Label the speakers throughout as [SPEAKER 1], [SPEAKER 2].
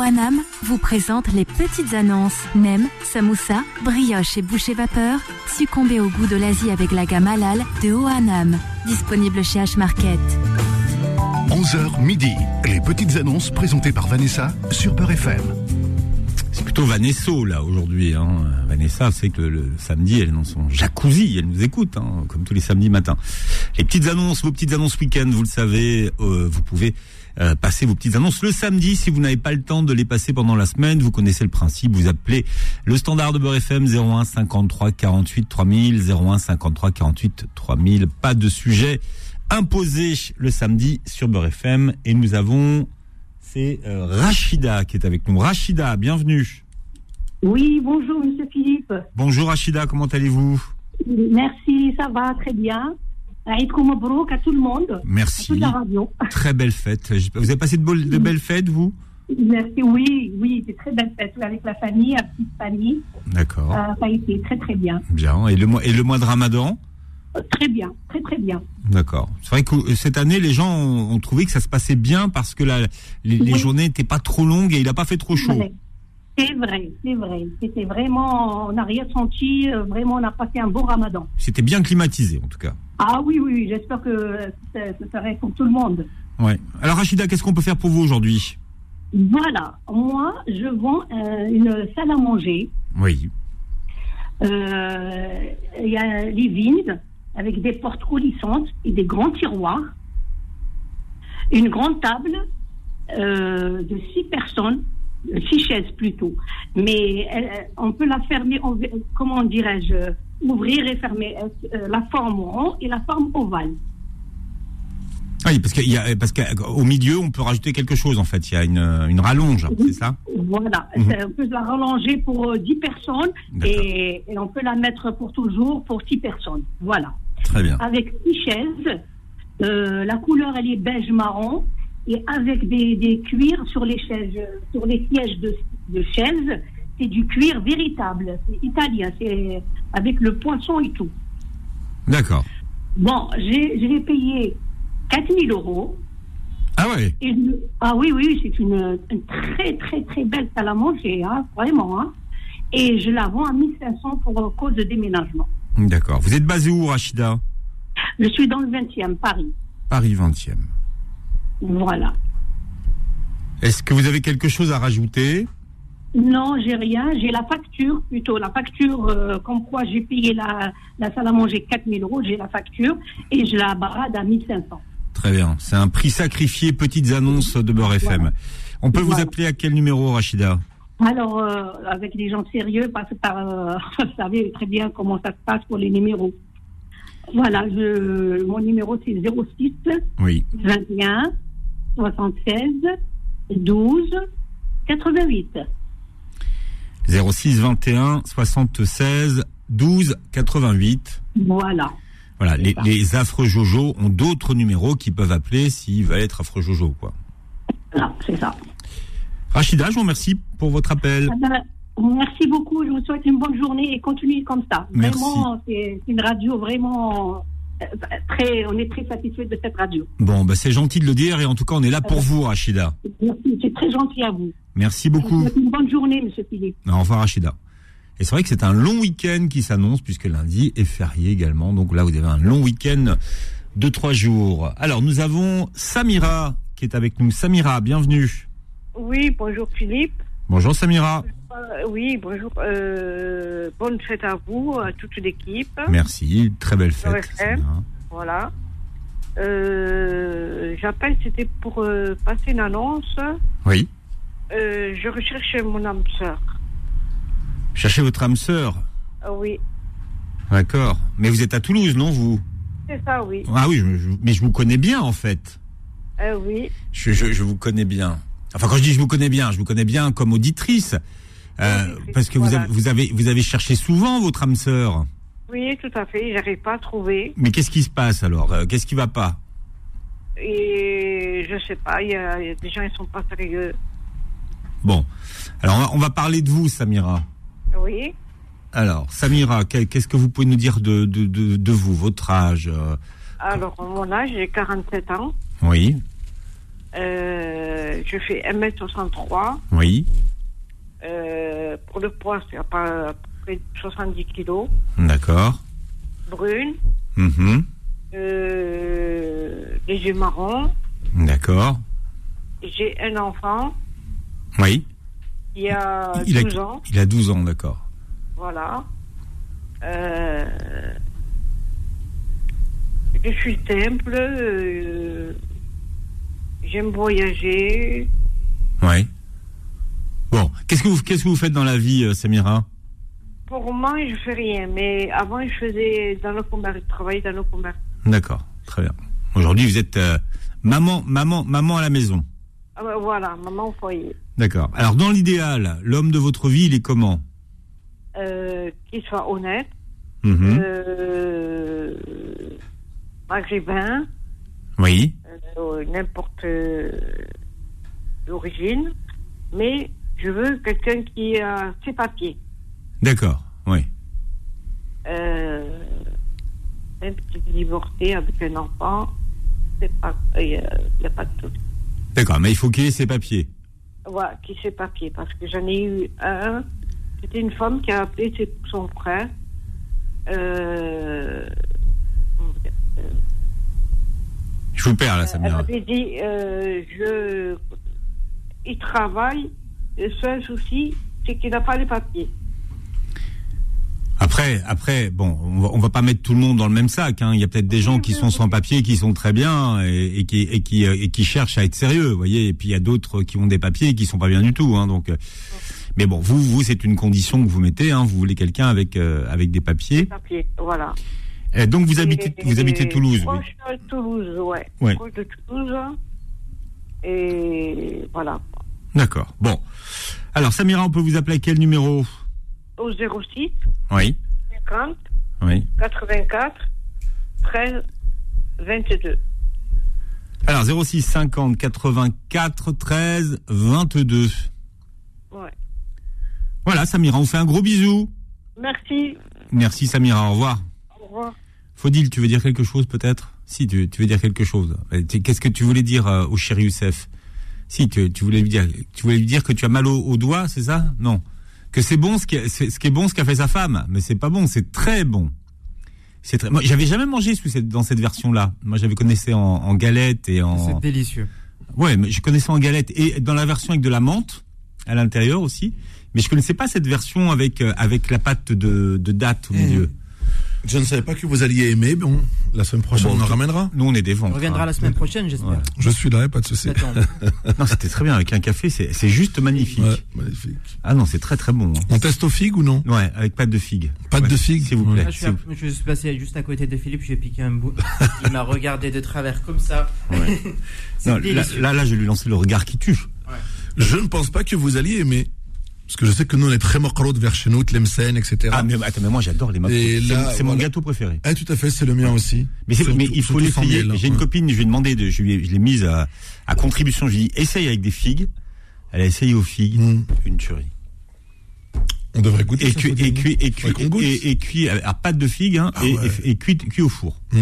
[SPEAKER 1] Wanam vous présente les petites annonces. Nem, samoussa, brioche et boucher vapeur. Succombez au goût de l'Asie avec la gamme halal de Oanam. Disponible chez H-Market.
[SPEAKER 2] 11h midi, les petites annonces présentées par Vanessa sur Peur FM.
[SPEAKER 3] C'est plutôt Vanesso, là, aujourd'hui. Hein. Vanessa, c'est que le samedi, elle est dans son jacuzzi, elle nous écoute, hein, comme tous les samedis matins. Les petites annonces, vos petites annonces week-end, vous le savez, euh, vous pouvez euh, passer vos petites annonces le samedi. Si vous n'avez pas le temps de les passer pendant la semaine, vous connaissez le principe, vous appelez le standard de Beurre FM 01 53 48 3000, 01 53 48 3000. Pas de sujet imposé le samedi sur Beurre FM. Et nous avons, c'est euh, Rachida qui est avec nous. Rachida, bienvenue.
[SPEAKER 4] Oui, bonjour Monsieur Philippe.
[SPEAKER 3] Bonjour Rachida, comment allez-vous
[SPEAKER 4] Merci, ça va très bien. Aïd Mabrouk à tout le monde, à
[SPEAKER 3] Merci.
[SPEAKER 4] toute la radio.
[SPEAKER 3] Très belle fête. J'ai- Vous avez passé de, bol- de belles fêtes, vous
[SPEAKER 4] Merci, oui, oui, c'est très belle fête oui, avec la famille, la petite famille.
[SPEAKER 3] D'accord.
[SPEAKER 4] Euh, ça a été très très bien.
[SPEAKER 3] Bien. Et le, mois, et le mois de Ramadan
[SPEAKER 4] Euh, Très bien, très très bien.
[SPEAKER 3] D'accord. C'est vrai que euh, cette année, les gens ont, ont trouvé que ça se passait bien parce que la, les, les
[SPEAKER 4] Oui.
[SPEAKER 3] journées n'étaient pas trop longues et il n'a pas fait trop chaud.
[SPEAKER 4] Ouais. C'est vrai, c'est vrai. C'était vraiment, on n'a rien senti, euh, vraiment on a passé un bon ramadan.
[SPEAKER 3] C'était bien climatisé, en tout cas.
[SPEAKER 4] Ah oui, oui, oui, j'espère que ça, ça serait pour tout le monde.
[SPEAKER 3] Ouais. Alors, Rachida, qu'est-ce qu'on peut faire pour vous aujourd'hui
[SPEAKER 4] Voilà, moi je vends euh, une salle à manger.
[SPEAKER 3] Oui.
[SPEAKER 4] Euh, Il y a les vignes avec des portes coulissantes et des grands tiroirs. Une grande table euh, de six personnes, euh, six chaises plutôt. Mais elle- elle- on peut la fermer, en- comment dirais-je, euh, ouvrir et fermer euh, la forme rond et la forme ovale.
[SPEAKER 3] Ah Oui, parce qu'il y a- parce qu'au milieu, on peut rajouter quelque chose, en fait. Il y a une, une rallonge, c'est ça
[SPEAKER 4] Voilà,
[SPEAKER 3] Mhm.
[SPEAKER 4] Ça, on peut la rallonger pour euh, 10 personnes
[SPEAKER 3] D'accord.
[SPEAKER 4] et, et on peut la mettre pour toujours pour 6 personnes. Voilà.
[SPEAKER 3] Très bien.
[SPEAKER 4] avec six chaises. Euh, la couleur, elle est beige marron et avec des, des cuirs sur les chaises, euh, sur les sièges de, de chaises. C'est du cuir véritable, c'est italien, c'est avec le poisson et tout.
[SPEAKER 3] D'accord.
[SPEAKER 4] Bon, j'ai j'ai payé 4000 euros.
[SPEAKER 3] Ah ouais
[SPEAKER 4] Et le- ah oui, oui, c'est une, une très, très, très belle salle à manger, hein, vraiment. hein. Et je la vends à 1500 pour euh, cause de déménagement.
[SPEAKER 3] D'accord. Vous êtes basé où, Rachida
[SPEAKER 4] Je suis dans le 20e, Paris.
[SPEAKER 3] Paris 20e.
[SPEAKER 4] Voilà.
[SPEAKER 3] Est-ce que vous avez quelque chose à rajouter
[SPEAKER 4] Non, j'ai rien. J'ai la facture, plutôt la facture, euh, comme quoi j'ai payé la, la salle à manger 4000 euros. J'ai la facture et je la barade à 1500.
[SPEAKER 3] Très bien. C'est un prix sacrifié, petites annonces de Beurre FM. On peut vous
[SPEAKER 4] Voilà.
[SPEAKER 3] appeler à quel numéro, Rachida
[SPEAKER 4] Alors, euh, avec des gens sérieux, parce que par, euh, vous savez très bien comment ça se passe pour les numéros. Voilà, je, mon numéro c'est 06
[SPEAKER 3] Oui.
[SPEAKER 4] 21 76 12 88.
[SPEAKER 3] 06 21 76 12 88.
[SPEAKER 4] Voilà.
[SPEAKER 3] Voilà, les,
[SPEAKER 4] ça.
[SPEAKER 3] les affreux Jojo ont d'autres numéros qui peuvent appeler s'ils veulent être affreux Jojo, quoi.
[SPEAKER 4] Voilà, c'est ça.
[SPEAKER 3] Rachida, je vous remercie pour votre appel.
[SPEAKER 4] Ah ben, Merci beaucoup. Je vous souhaite une bonne journée et continuez comme ça.
[SPEAKER 3] Merci.
[SPEAKER 4] Vraiment, c'est c'est une radio vraiment euh, très. On est très satisfait de cette radio.
[SPEAKER 3] Bon, bah, c'est gentil de le dire et en tout cas, on est là
[SPEAKER 4] Ah
[SPEAKER 3] pour vous, Rachida.
[SPEAKER 4] Merci. C'est très gentil à vous.
[SPEAKER 3] Merci
[SPEAKER 4] Je vous
[SPEAKER 3] beaucoup.
[SPEAKER 4] souhaite une bonne journée, Monsieur Philippe.
[SPEAKER 3] Au revoir, Rachida. Et c'est vrai que c'est un long week-end qui s'annonce puisque lundi est férié également. Donc là, vous avez un long week-end de trois jours. Alors, nous avons Samira qui est avec nous. Samira, bienvenue.
[SPEAKER 5] Oui, bonjour Philippe.
[SPEAKER 3] Bonjour Samira.
[SPEAKER 5] Euh, oui, bonjour. Euh, bonne fête à vous, à toute l'équipe.
[SPEAKER 3] Merci. Très belle fête.
[SPEAKER 5] Ouais,
[SPEAKER 3] Samira.
[SPEAKER 5] Voilà. Euh, J'appelle, c'était pour euh, passer une annonce.
[SPEAKER 3] Oui.
[SPEAKER 5] Euh, je recherche mon âme sœur.
[SPEAKER 3] Cherchez votre âme sœur.
[SPEAKER 5] Ah oui,
[SPEAKER 3] D'accord. Mais vous êtes à Toulouse, non, vous
[SPEAKER 5] c'est ça, oui.
[SPEAKER 3] Ah oui, je- je- mais je vous connais bien, en fait.
[SPEAKER 5] Ah oui,
[SPEAKER 3] Je, je- je vous connais bien. Enfin, quand je dis je vous connais bien, je vous connais bien comme auditrice. Euh,
[SPEAKER 5] Auditrice,
[SPEAKER 3] parce que
[SPEAKER 5] voilà.
[SPEAKER 3] vous, avez, vous, avez, vous avez cherché souvent votre âme sœur.
[SPEAKER 5] oui, tout à fait. J'arrive pas à trouver.
[SPEAKER 3] Mais qu'est-ce qui se passe alors Euh, Qu'est-ce qui va pas
[SPEAKER 5] Et je sais pas, il y, a il y a des gens, ils sont pas sérieux.
[SPEAKER 3] Bon, alors on va, on va parler de vous, Samira.
[SPEAKER 5] Oui.
[SPEAKER 3] Alors, Samira, que- qu'est-ce que vous pouvez nous dire de, de, de, de vous, votre âge euh,
[SPEAKER 5] Alors, mon âge, j'ai 47 ans.
[SPEAKER 3] Oui,
[SPEAKER 5] Euh, je fais 1m63.
[SPEAKER 3] Oui,
[SPEAKER 5] Euh, pour le poids, c'est à peu à peu près 70 kilos.
[SPEAKER 3] d'accord.
[SPEAKER 5] Brune,
[SPEAKER 3] Mhm,
[SPEAKER 5] euh, les yeux marrons.
[SPEAKER 3] D'accord.
[SPEAKER 5] J'ai un enfant
[SPEAKER 3] Oui.
[SPEAKER 5] qui a
[SPEAKER 3] il,
[SPEAKER 5] 12
[SPEAKER 3] a,
[SPEAKER 5] Euh, ans.
[SPEAKER 3] il a 12 ans, d'accord.
[SPEAKER 5] Voilà. Euh, je suis simple. euh, J'aime voyager.
[SPEAKER 3] Oui. Bon, qu'est-ce que vous qu'est-ce que vous faites dans la vie, euh, Samira
[SPEAKER 5] Pour le moment, je fais rien. Mais avant, je faisais dans le commerce. Je travaillais dans le commerce.
[SPEAKER 3] D'accord, très bien. Aujourd'hui, vous êtes euh, maman, maman, maman à la maison.
[SPEAKER 5] Ah ouais, voilà, maman au foyer.
[SPEAKER 3] D'accord. Alors, dans l'idéal, l'homme de votre vie, il est comment
[SPEAKER 5] Euh, qu'il soit honnête.
[SPEAKER 3] Mhm.
[SPEAKER 5] Euh, maghrébin.
[SPEAKER 3] Oui.
[SPEAKER 5] euh, n'importe euh, l'origine, mais je veux quelqu'un qui a ses papiers.
[SPEAKER 3] D'accord. Oui.
[SPEAKER 5] Euh, un petit divorcé avec un enfant, c'est pas, il n'y a pas de tout.
[SPEAKER 3] D'accord. Mais il faut qu'il ait ses papiers.
[SPEAKER 5] Voilà, qui ses papiers, parce que j'en ai eu un. C'était une femme qui a appelé ses- son frère. Euh,
[SPEAKER 3] Je vous perds là,
[SPEAKER 5] Elle
[SPEAKER 3] Samira.
[SPEAKER 5] m'avait dit, euh, je, il travaille. Le seul souci, c'est qu'il n'a pas les papiers.
[SPEAKER 3] Après, après, bon, on va, on va pas mettre tout le monde dans le même sac. Hein. Il y a peut-être des gens qui sont sans papier, qui sont très bien et, et qui et qui euh, et qui cherchent à être sérieux, vous voyez. Et puis il y a d'autres qui ont des papiers et qui sont pas bien du tout. Hein, donc, euh, mais bon, vous, vous, c'est une condition que vous mettez. Hein, vous voulez quelqu'un avec euh, avec des papiers.
[SPEAKER 5] papiers, voilà.
[SPEAKER 3] Euh, donc vous habitez
[SPEAKER 5] Et-
[SPEAKER 3] vous habitez Toulouse. oui.
[SPEAKER 5] Proche de Toulouse, ouais.
[SPEAKER 3] Ouais.
[SPEAKER 5] Proche de Toulouse. Et voilà.
[SPEAKER 3] D'accord. Bon. Alors Samira, on peut vous appeler à quel numéro
[SPEAKER 5] Au 06
[SPEAKER 3] Oui.
[SPEAKER 5] 50
[SPEAKER 3] Oui.
[SPEAKER 5] 84 13 22.
[SPEAKER 3] Alors 06 50 84 13 22.
[SPEAKER 5] Ouais.
[SPEAKER 3] Voilà Samira, on fait un gros bisou.
[SPEAKER 5] Merci.
[SPEAKER 3] Merci Samira, au revoir.
[SPEAKER 5] Au revoir.
[SPEAKER 3] Faudil, tu veux dire quelque chose peut-être Si, tu, tu veux dire quelque chose. Euh, tu- Qu'est-ce que tu voulais dire euh, au cher Youssef Si, tu, tu voulais lui dire, tu voulais lui dire que tu as mal au, au doigt, c'est ça Non. Que c'est bon, ce qui, est- c'est- ce qui est bon, ce qu'a fait sa femme, mais c'est pas bon, c'est très bon. C'est très. Moi, j'avais jamais mangé sous cette, dans cette version-là. Moi, j'avais connaissais en, en galette et en.
[SPEAKER 6] C'est délicieux.
[SPEAKER 3] Ouais, mais je connaissais en galette et dans la version avec de la menthe à l'intérieur aussi. Mais je connaissais pas cette version avec euh, avec la pâte de, de date au
[SPEAKER 6] Eh.
[SPEAKER 3] milieu.
[SPEAKER 2] Je ne savais pas que vous alliez aimer. Bon, la semaine prochaine,
[SPEAKER 3] Bon,
[SPEAKER 2] on en
[SPEAKER 3] tout-
[SPEAKER 2] ramènera.
[SPEAKER 3] Nous, on est des
[SPEAKER 6] On
[SPEAKER 3] ventes.
[SPEAKER 6] reviendra
[SPEAKER 3] hein.
[SPEAKER 6] la semaine prochaine, j'espère.
[SPEAKER 2] Je suis là, pas de souci.
[SPEAKER 6] T'attends.
[SPEAKER 3] Non, c'était très bien avec un café, c'est c'est juste magnifique.
[SPEAKER 2] Ouais, magnifique.
[SPEAKER 3] Ah non, c'est très très bon. hein.
[SPEAKER 2] On teste aux figues ou non
[SPEAKER 3] Ouais, avec pâte de figue.
[SPEAKER 2] Pâte
[SPEAKER 3] Ouais,
[SPEAKER 2] de figue
[SPEAKER 3] S'il vous plaît.
[SPEAKER 6] Là, Ah, je, suis à- je suis passé juste à côté de Philippe, j'ai piqué un bout. Il m'a regardé de travers comme ça.
[SPEAKER 3] Ouais.
[SPEAKER 6] C'est
[SPEAKER 3] Non, là,
[SPEAKER 6] délicieux.
[SPEAKER 3] là, Ah, là, je lui lançais le regard qui tue.
[SPEAKER 2] Je ne pense pas que vous alliez aimer. Parce que je sais que nous, on est très de vers chez nous, Tlemcen, etc.
[SPEAKER 3] Ah, mais attends, mais moi j'adore les macarons.
[SPEAKER 2] Et
[SPEAKER 3] C'est
[SPEAKER 2] là,
[SPEAKER 3] c'est mon
[SPEAKER 2] voilà.
[SPEAKER 3] gâteau préféré.
[SPEAKER 2] Ah, tout à fait, c'est le mien aussi.
[SPEAKER 3] Mais, c'est- mais il faut
[SPEAKER 2] les payer.
[SPEAKER 3] l'essayer. J'ai
[SPEAKER 2] hein.
[SPEAKER 3] une copine, je lui ai demandé, de, je, lui ai- je l'ai mise à, à contribution. Je lui ai dit, essaye avec des figues. Elle a essayé aux figues. Une tuerie.
[SPEAKER 2] Hmm. On devrait goûter.
[SPEAKER 3] Et
[SPEAKER 2] ça,
[SPEAKER 3] cuit,
[SPEAKER 2] faut
[SPEAKER 3] et
[SPEAKER 2] dire.
[SPEAKER 3] cuit,
[SPEAKER 2] Faudrait
[SPEAKER 3] et cuit,
[SPEAKER 2] qu'on goûte.
[SPEAKER 3] et, et cuit à, à pâte de figue, hein,
[SPEAKER 2] Ah
[SPEAKER 3] et,
[SPEAKER 2] ouais.
[SPEAKER 3] et, et cuit, cuit au four.
[SPEAKER 2] Mmh,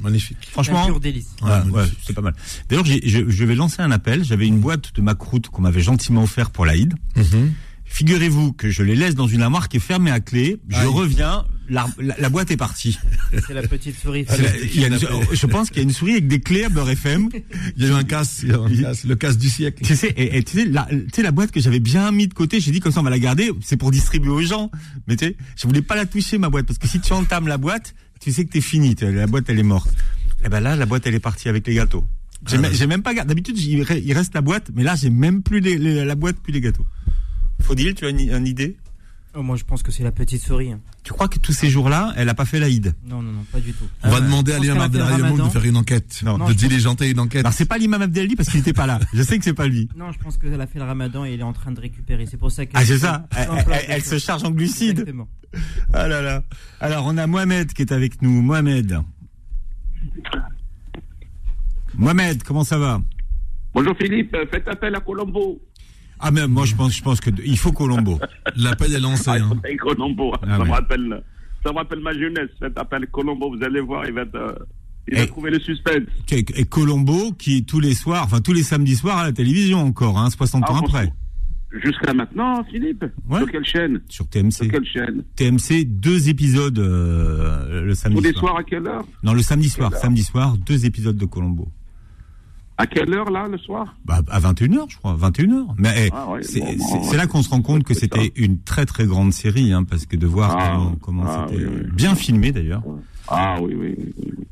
[SPEAKER 2] magnifique.
[SPEAKER 3] Franchement,
[SPEAKER 6] Un pur délice.
[SPEAKER 2] Ouais,
[SPEAKER 3] Ouais, ouais,
[SPEAKER 2] magnifique.
[SPEAKER 3] c'est pas mal. D'ailleurs, j'ai- je, je vais lancer un appel. J'avais une boîte de macroute qu'on m'avait gentiment offert pour l'Aïd.
[SPEAKER 2] Mhm.
[SPEAKER 3] Figurez-vous que je les laisse dans une armoire qui est fermée à clé. Je
[SPEAKER 2] Aïe.
[SPEAKER 3] reviens, la, la- la boîte est partie.
[SPEAKER 6] C'est la petite souris.
[SPEAKER 3] C'est la- il y a une-
[SPEAKER 2] kidnappée.
[SPEAKER 3] je pense qu'il y a une souris avec des clés à Beurre FM.
[SPEAKER 2] Il y a eu un casse, il y a eu un casse, le casse du siècle.
[SPEAKER 3] tu sais, et, et tu sais, la, tu sais, la boîte que j'avais bien mis de côté, j'ai dit comme ça on va la garder, c'est pour distribuer aux gens. Mais tu sais, je voulais pas la toucher ma boîte parce que si tu entames la boîte, tu sais que t'es fini. t'es- La boîte elle est morte. Et ben là, la boîte elle est partie avec les gâteaux. J'ai
[SPEAKER 2] Ah
[SPEAKER 3] me-
[SPEAKER 2] ouais.
[SPEAKER 3] j'ai même pas gardé. D'habitude, j'y re- il reste la boîte, mais là, j'ai même plus les- les- la boîte, plus les gâteaux. Faudil, tu as une, une idée
[SPEAKER 6] Oh, moi, je pense que c'est la petite souris. hein.
[SPEAKER 3] Tu crois que tous ces jours-là, elle a pas fait l'Aïd
[SPEAKER 6] Non, non, non, pas du tout. Euh,
[SPEAKER 2] On va
[SPEAKER 3] Ah,
[SPEAKER 2] demander à
[SPEAKER 6] je pense
[SPEAKER 2] Léa
[SPEAKER 6] qu'elle a fait le
[SPEAKER 2] Abdelrahim de
[SPEAKER 6] ramadan.
[SPEAKER 2] faire une enquête,
[SPEAKER 3] Non,
[SPEAKER 2] de
[SPEAKER 6] je-
[SPEAKER 2] diligenter une enquête.
[SPEAKER 3] Non, c'est pas l'imam Abdelali parce qu'il était pas là. Je sais que c'est pas lui.
[SPEAKER 6] Non, je pense qu'elle a fait le ramadan et il est en train de récupérer. C'est pour ça qu'elle.
[SPEAKER 3] Ah, c'est ça. Elle,
[SPEAKER 6] en
[SPEAKER 3] elle-
[SPEAKER 6] plein
[SPEAKER 3] elle- elle se
[SPEAKER 6] dedans.
[SPEAKER 3] charge en glucides.
[SPEAKER 6] Exactement.
[SPEAKER 3] Ah là là. Alors, on a Mohamed qui est avec nous. Mohamed. Mohamed, comment ça va
[SPEAKER 7] Bonjour Philippe, euh, faites appel à Colombo.
[SPEAKER 3] Ah, mais moi, je pense, je pense que il faut Colombo.
[SPEAKER 2] L'appel est lancé.
[SPEAKER 7] Ah,
[SPEAKER 2] hein.
[SPEAKER 7] c'est Colombo,
[SPEAKER 3] Ah
[SPEAKER 7] ça,
[SPEAKER 3] ouais.
[SPEAKER 7] me rappelle, ça me rappelle ma jeunesse. Faites appel à Colombo, vous allez voir, il va être euh, Il a
[SPEAKER 3] Et-
[SPEAKER 7] trouvé le suspense.
[SPEAKER 3] Et, et Colombo qui tous les soirs, enfin tous les samedis soirs à la télévision encore, hein, 60 ans
[SPEAKER 7] Ah,
[SPEAKER 3] après,
[SPEAKER 7] Jusqu'à maintenant, Philippe
[SPEAKER 3] Ouais.
[SPEAKER 7] Sur quelle chaîne
[SPEAKER 3] sur
[SPEAKER 7] Sur
[SPEAKER 3] TMC.
[SPEAKER 7] quelle chaîne
[SPEAKER 3] TMC, deux épisodes euh, le samedi
[SPEAKER 7] Tous les
[SPEAKER 3] soir.
[SPEAKER 7] soirs à quelle heure
[SPEAKER 3] Non, le samedi soir, samedi soir, deux épisodes de Colombo.
[SPEAKER 7] À quelle heure là le soir
[SPEAKER 3] Bah, à 21h, je crois, 21h. Mais eh,
[SPEAKER 7] Ah ouais,
[SPEAKER 3] c'est
[SPEAKER 7] bon, bon,
[SPEAKER 3] c'est-
[SPEAKER 7] ouais.
[SPEAKER 3] c'est là qu'on se rend compte que
[SPEAKER 7] C'est ça.
[SPEAKER 3] c'était une très très grande série, hein, parce que de voir
[SPEAKER 7] Ah,
[SPEAKER 3] comment, comment
[SPEAKER 7] ah,
[SPEAKER 3] c'était
[SPEAKER 7] oui, oui.
[SPEAKER 3] bien filmé d'ailleurs.
[SPEAKER 7] Ah oui, oui. oui, oui, oui.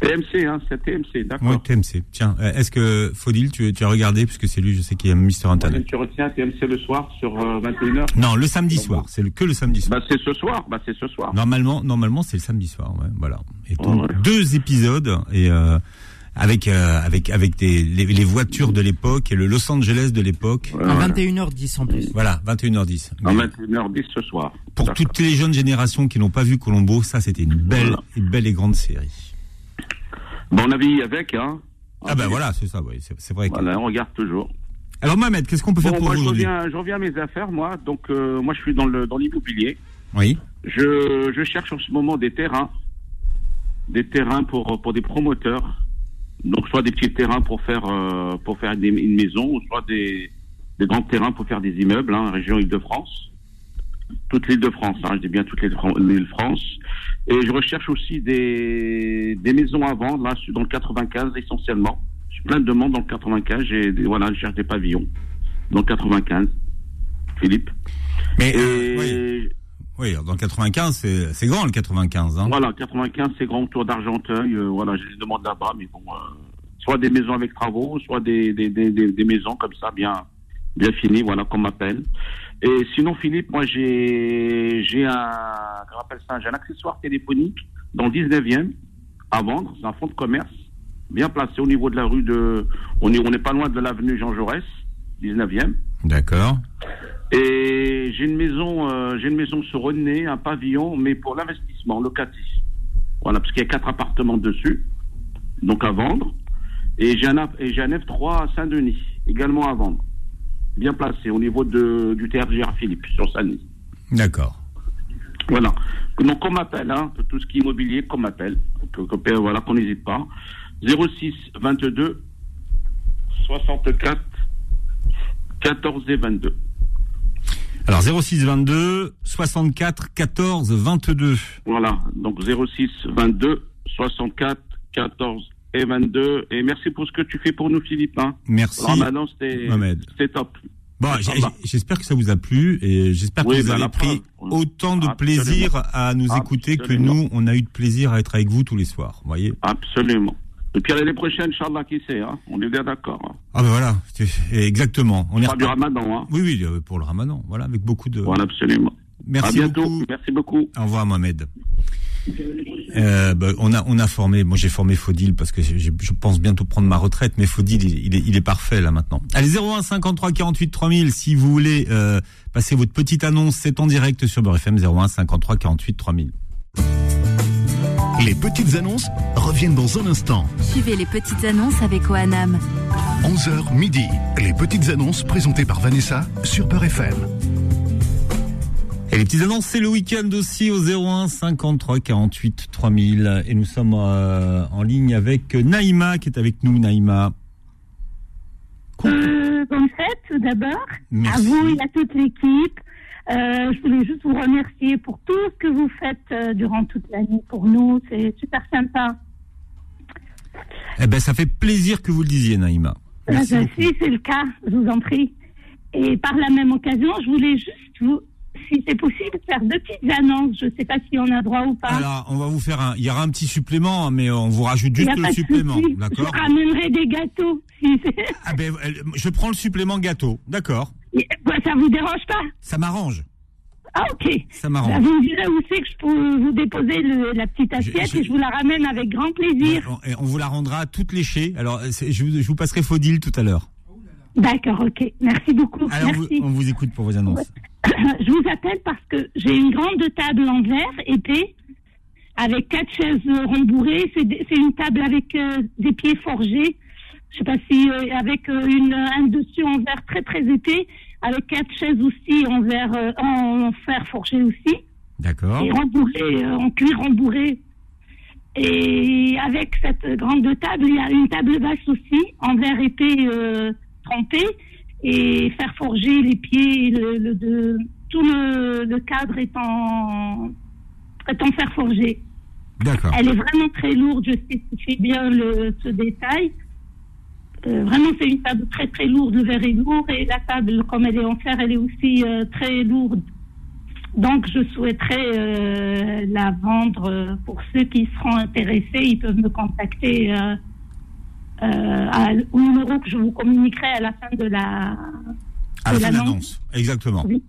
[SPEAKER 7] TMC, hein, c'est TMC, d'accord.
[SPEAKER 3] Ouais, TMC. Tiens, euh, est-ce que Faudil, tu, tu as regardé, puisque c'est lui, je sais qu'il aime Mister Internet.
[SPEAKER 7] Tu retiens TMC le soir sur euh, 21h
[SPEAKER 3] Non, le samedi soir, c'est le- que le samedi soir.
[SPEAKER 7] Bah c'est ce soir, bah c'est ce soir.
[SPEAKER 3] Normalement, normalement, c'est le samedi soir. ouais, voilà. Et
[SPEAKER 7] Ouais,
[SPEAKER 3] donc,
[SPEAKER 7] ouais.
[SPEAKER 3] deux épisodes et euh, avec euh, avec avec des les, les voitures de l'époque et le Los Angeles de l'époque.
[SPEAKER 7] Ouais,
[SPEAKER 6] À
[SPEAKER 7] ouais.
[SPEAKER 6] 21h10 en plus.
[SPEAKER 3] Voilà, 21h10.
[SPEAKER 7] À
[SPEAKER 3] Mais
[SPEAKER 7] 21h10 ce soir.
[SPEAKER 3] pour
[SPEAKER 7] D'accord.
[SPEAKER 3] toutes les jeunes générations qui n'ont pas vu Colombo, ça c'était une belle,
[SPEAKER 7] Voilà.
[SPEAKER 3] une belle et grande série.
[SPEAKER 7] Bon, on a vie avec, hein.
[SPEAKER 3] Ah ben voilà, c'est ça, oui, c'est c'est vrai. que-
[SPEAKER 7] Voilà, on regarde toujours.
[SPEAKER 3] Alors Mohamed, qu'est-ce qu'on peut faire
[SPEAKER 7] Bon,
[SPEAKER 3] pour
[SPEAKER 7] moi, je
[SPEAKER 3] aujourd'hui
[SPEAKER 7] reviens, je reviens à mes affaires, moi. Donc, euh, moi, je suis dans le dans l'immobilier.
[SPEAKER 3] Oui.
[SPEAKER 7] Je, je cherche en ce moment des terrains, des terrains pour pour des promoteurs. Donc, soit des petits terrains pour faire euh, pour faire des- une maison, ou soit des des grands terrains pour faire des immeubles, hein, région Île-de-France, toute l'Île-de-France. Hein, je dis bien toute l'Île-de-Fran- l'Île-de-France. Et je recherche aussi des des maisons à vendre là, dans le 95 essentiellement. J'ai plein de demandes dans le 95. J'ai des- voilà, je cherche des pavillons dans le 95. Philippe.
[SPEAKER 3] Mais
[SPEAKER 7] Et
[SPEAKER 3] euh, oui, oui, dans le 95, c'est c'est grand le 95. Hein.
[SPEAKER 7] voilà, 95, c'est grand tour d'Argenteuil. euh, voilà, je les demande là-bas, mais bon, euh, soit des maisons avec travaux, soit des, des, des, des, des maisons comme ça, bien, bien finies, voilà, qu'on m'appelle. Et sinon, Philippe, moi, j'ai, j'ai un, comment on appelle ça, j'ai un accessoire téléphonique dans le 19e à vendre. C'est un fonds de commerce bien placé au niveau de la rue de, on est, on n'est pas loin de l'avenue Jean Jaurès, 19e.
[SPEAKER 3] D'accord.
[SPEAKER 7] Et j'ai une maison, euh, j'ai une maison sur René, un pavillon, mais pour l'investissement locatif. Voilà, parce qu'il y a quatre appartements dessus, donc à vendre. Et j'ai un, app- et j'ai un F3 à Saint-Denis, également à vendre. Bien placé au niveau de, du théâtre Gérard Philippe sur Saint-Denis.
[SPEAKER 3] D'accord.
[SPEAKER 7] Voilà. Donc qu'on m'appelle, hein, tout ce qui est immobilier, qu'on m'appelle. Que- que- Voilà, qu'on n'hésite pas. 06 22 64 14 et 22.
[SPEAKER 3] Alors 06 22 64 14 22.
[SPEAKER 7] Voilà, donc 06 22 64 14 et 22. Et merci pour ce que tu fais pour nous, Philippe. Hein.
[SPEAKER 3] Merci.
[SPEAKER 7] Ramadan, c'était
[SPEAKER 3] Mohamed.
[SPEAKER 7] c'était top.
[SPEAKER 3] Bon,
[SPEAKER 7] Ah
[SPEAKER 3] j'ai-
[SPEAKER 7] bah.
[SPEAKER 3] j'espère que ça vous a plu et j'espère
[SPEAKER 7] Oui,
[SPEAKER 3] que vous
[SPEAKER 7] bah,
[SPEAKER 3] avez
[SPEAKER 7] la
[SPEAKER 3] pris
[SPEAKER 7] preuve.
[SPEAKER 3] autant de
[SPEAKER 7] Absolument.
[SPEAKER 3] plaisir à nous écouter que nous,
[SPEAKER 7] Absolument.
[SPEAKER 3] on a eu de plaisir à être avec vous tous les soirs. vous Voyez.
[SPEAKER 7] Absolument. Et puis à l'année prochaine, Inch'Allah, qui sait. Hein. On est bien d'accord. Hein.
[SPEAKER 3] Ah ben voilà, c'est- exactement. On est
[SPEAKER 7] Pas du
[SPEAKER 3] reparti.
[SPEAKER 7] Ramadan. Hein.
[SPEAKER 3] Oui, oui, euh, pour le Ramadan. Voilà, avec beaucoup de.
[SPEAKER 7] Voilà, absolument. à
[SPEAKER 3] Merci
[SPEAKER 7] bientôt.
[SPEAKER 3] beaucoup.
[SPEAKER 7] Merci beaucoup.
[SPEAKER 3] Au revoir, Mohamed. Euh, bah, on a on a formé. Moi, j'ai formé Faudil parce que j'ai- j'ai- je pense bientôt prendre ma retraite. Mais Faudil, il, il est il est parfait là maintenant. Allez 01 53 48 3000 si vous voulez euh, passer votre petite annonce. C'est en direct sur Beurre FM 01 53 48 3000.
[SPEAKER 8] Les petites annonces reviennent dans un instant.
[SPEAKER 1] Suivez les petites annonces avec OANAM.
[SPEAKER 8] 11h midi. Les petites annonces présentées par Vanessa sur Peur FM.
[SPEAKER 3] Et les petites annonces, c'est le week-end aussi au 01 53 48 3000. Et nous sommes euh, en ligne avec Naïma qui est avec nous. Naïma.
[SPEAKER 4] Euh, bonne fête tout d'abord, à
[SPEAKER 3] Merci.
[SPEAKER 4] vous et à toute l'équipe. Euh, je voulais juste vous remercier pour tout ce que vous faites euh, durant toute l'année pour nous. C'est super sympa. Euh,
[SPEAKER 3] Eh ben, ça fait plaisir que vous le disiez, Naïma. Merci
[SPEAKER 4] Euh,
[SPEAKER 3] beaucoup.
[SPEAKER 4] si c'est le cas, je vous en prie. Et par la même occasion, je voulais juste vous, si c'est possible, faire deux petites annonces. Je ne sais pas si on a droit ou pas.
[SPEAKER 3] Alors, on va vous faire un. Il y aura un petit supplément, hein, mais on vous rajoute
[SPEAKER 4] Ah. Il y
[SPEAKER 3] juste
[SPEAKER 4] a pas
[SPEAKER 3] le
[SPEAKER 4] de
[SPEAKER 3] supplément,
[SPEAKER 4] souci. Je vous
[SPEAKER 3] d'accord
[SPEAKER 4] ramènerai des gâteaux. si c'est-
[SPEAKER 3] Ah ben, elle- je prends le supplément gâteau, d'accord
[SPEAKER 4] Bah, ça vous dérange pas
[SPEAKER 3] Ça m'arrange,
[SPEAKER 4] Ah ok.
[SPEAKER 3] ça
[SPEAKER 4] Bah,
[SPEAKER 3] m'arrange.
[SPEAKER 4] vous me direz où c'est que je peux vous déposer le- la petite
[SPEAKER 3] Je-
[SPEAKER 4] assiette
[SPEAKER 3] je-
[SPEAKER 4] et je vous la ramène avec grand plaisir.
[SPEAKER 3] On, et on vous la rendra toute léchée. Alors, c'est- je vous, je vous passerai Faudil tout à l'heure.
[SPEAKER 4] D'accord, ok. Merci beaucoup.
[SPEAKER 3] Alors, on vous-
[SPEAKER 4] Merci.
[SPEAKER 3] on vous écoute pour vos annonces.
[SPEAKER 4] Je vous appelle parce que j'ai une grande table en verre épais avec quatre chaises euh, rembourrées. C'est des- c'est une table avec euh, des pieds forgés. Je sais pas si euh, avec euh, une euh, un dessus en verre très très épais, avec quatre chaises aussi en verre euh, en fer forgé aussi
[SPEAKER 3] D'accord.
[SPEAKER 4] et rembourrées euh, en cuir rembourré. Et avec cette grande table, il y a une table basse aussi, en verre épais euh, trempé, et faire forger les pieds, le, le- de- tout le, le cadre est en, est en fer forgé.
[SPEAKER 3] D'accord.
[SPEAKER 4] Elle est vraiment très lourde, je spécifie bien le, ce détail. Euh, vraiment, c'est une table très très lourde, le verre est lourd et la table, comme elle est en fer, elle est aussi euh, très lourde. Donc, je souhaiterais euh, la vendre euh, pour ceux qui seront intéressés. Ils peuvent me contacter euh, euh, à- au numéro que je vous communiquerai à la fin de la.
[SPEAKER 3] À Ah, la
[SPEAKER 4] de
[SPEAKER 3] fin de
[SPEAKER 4] l'annonce.
[SPEAKER 3] l'annonce. Exactement.
[SPEAKER 4] Oui.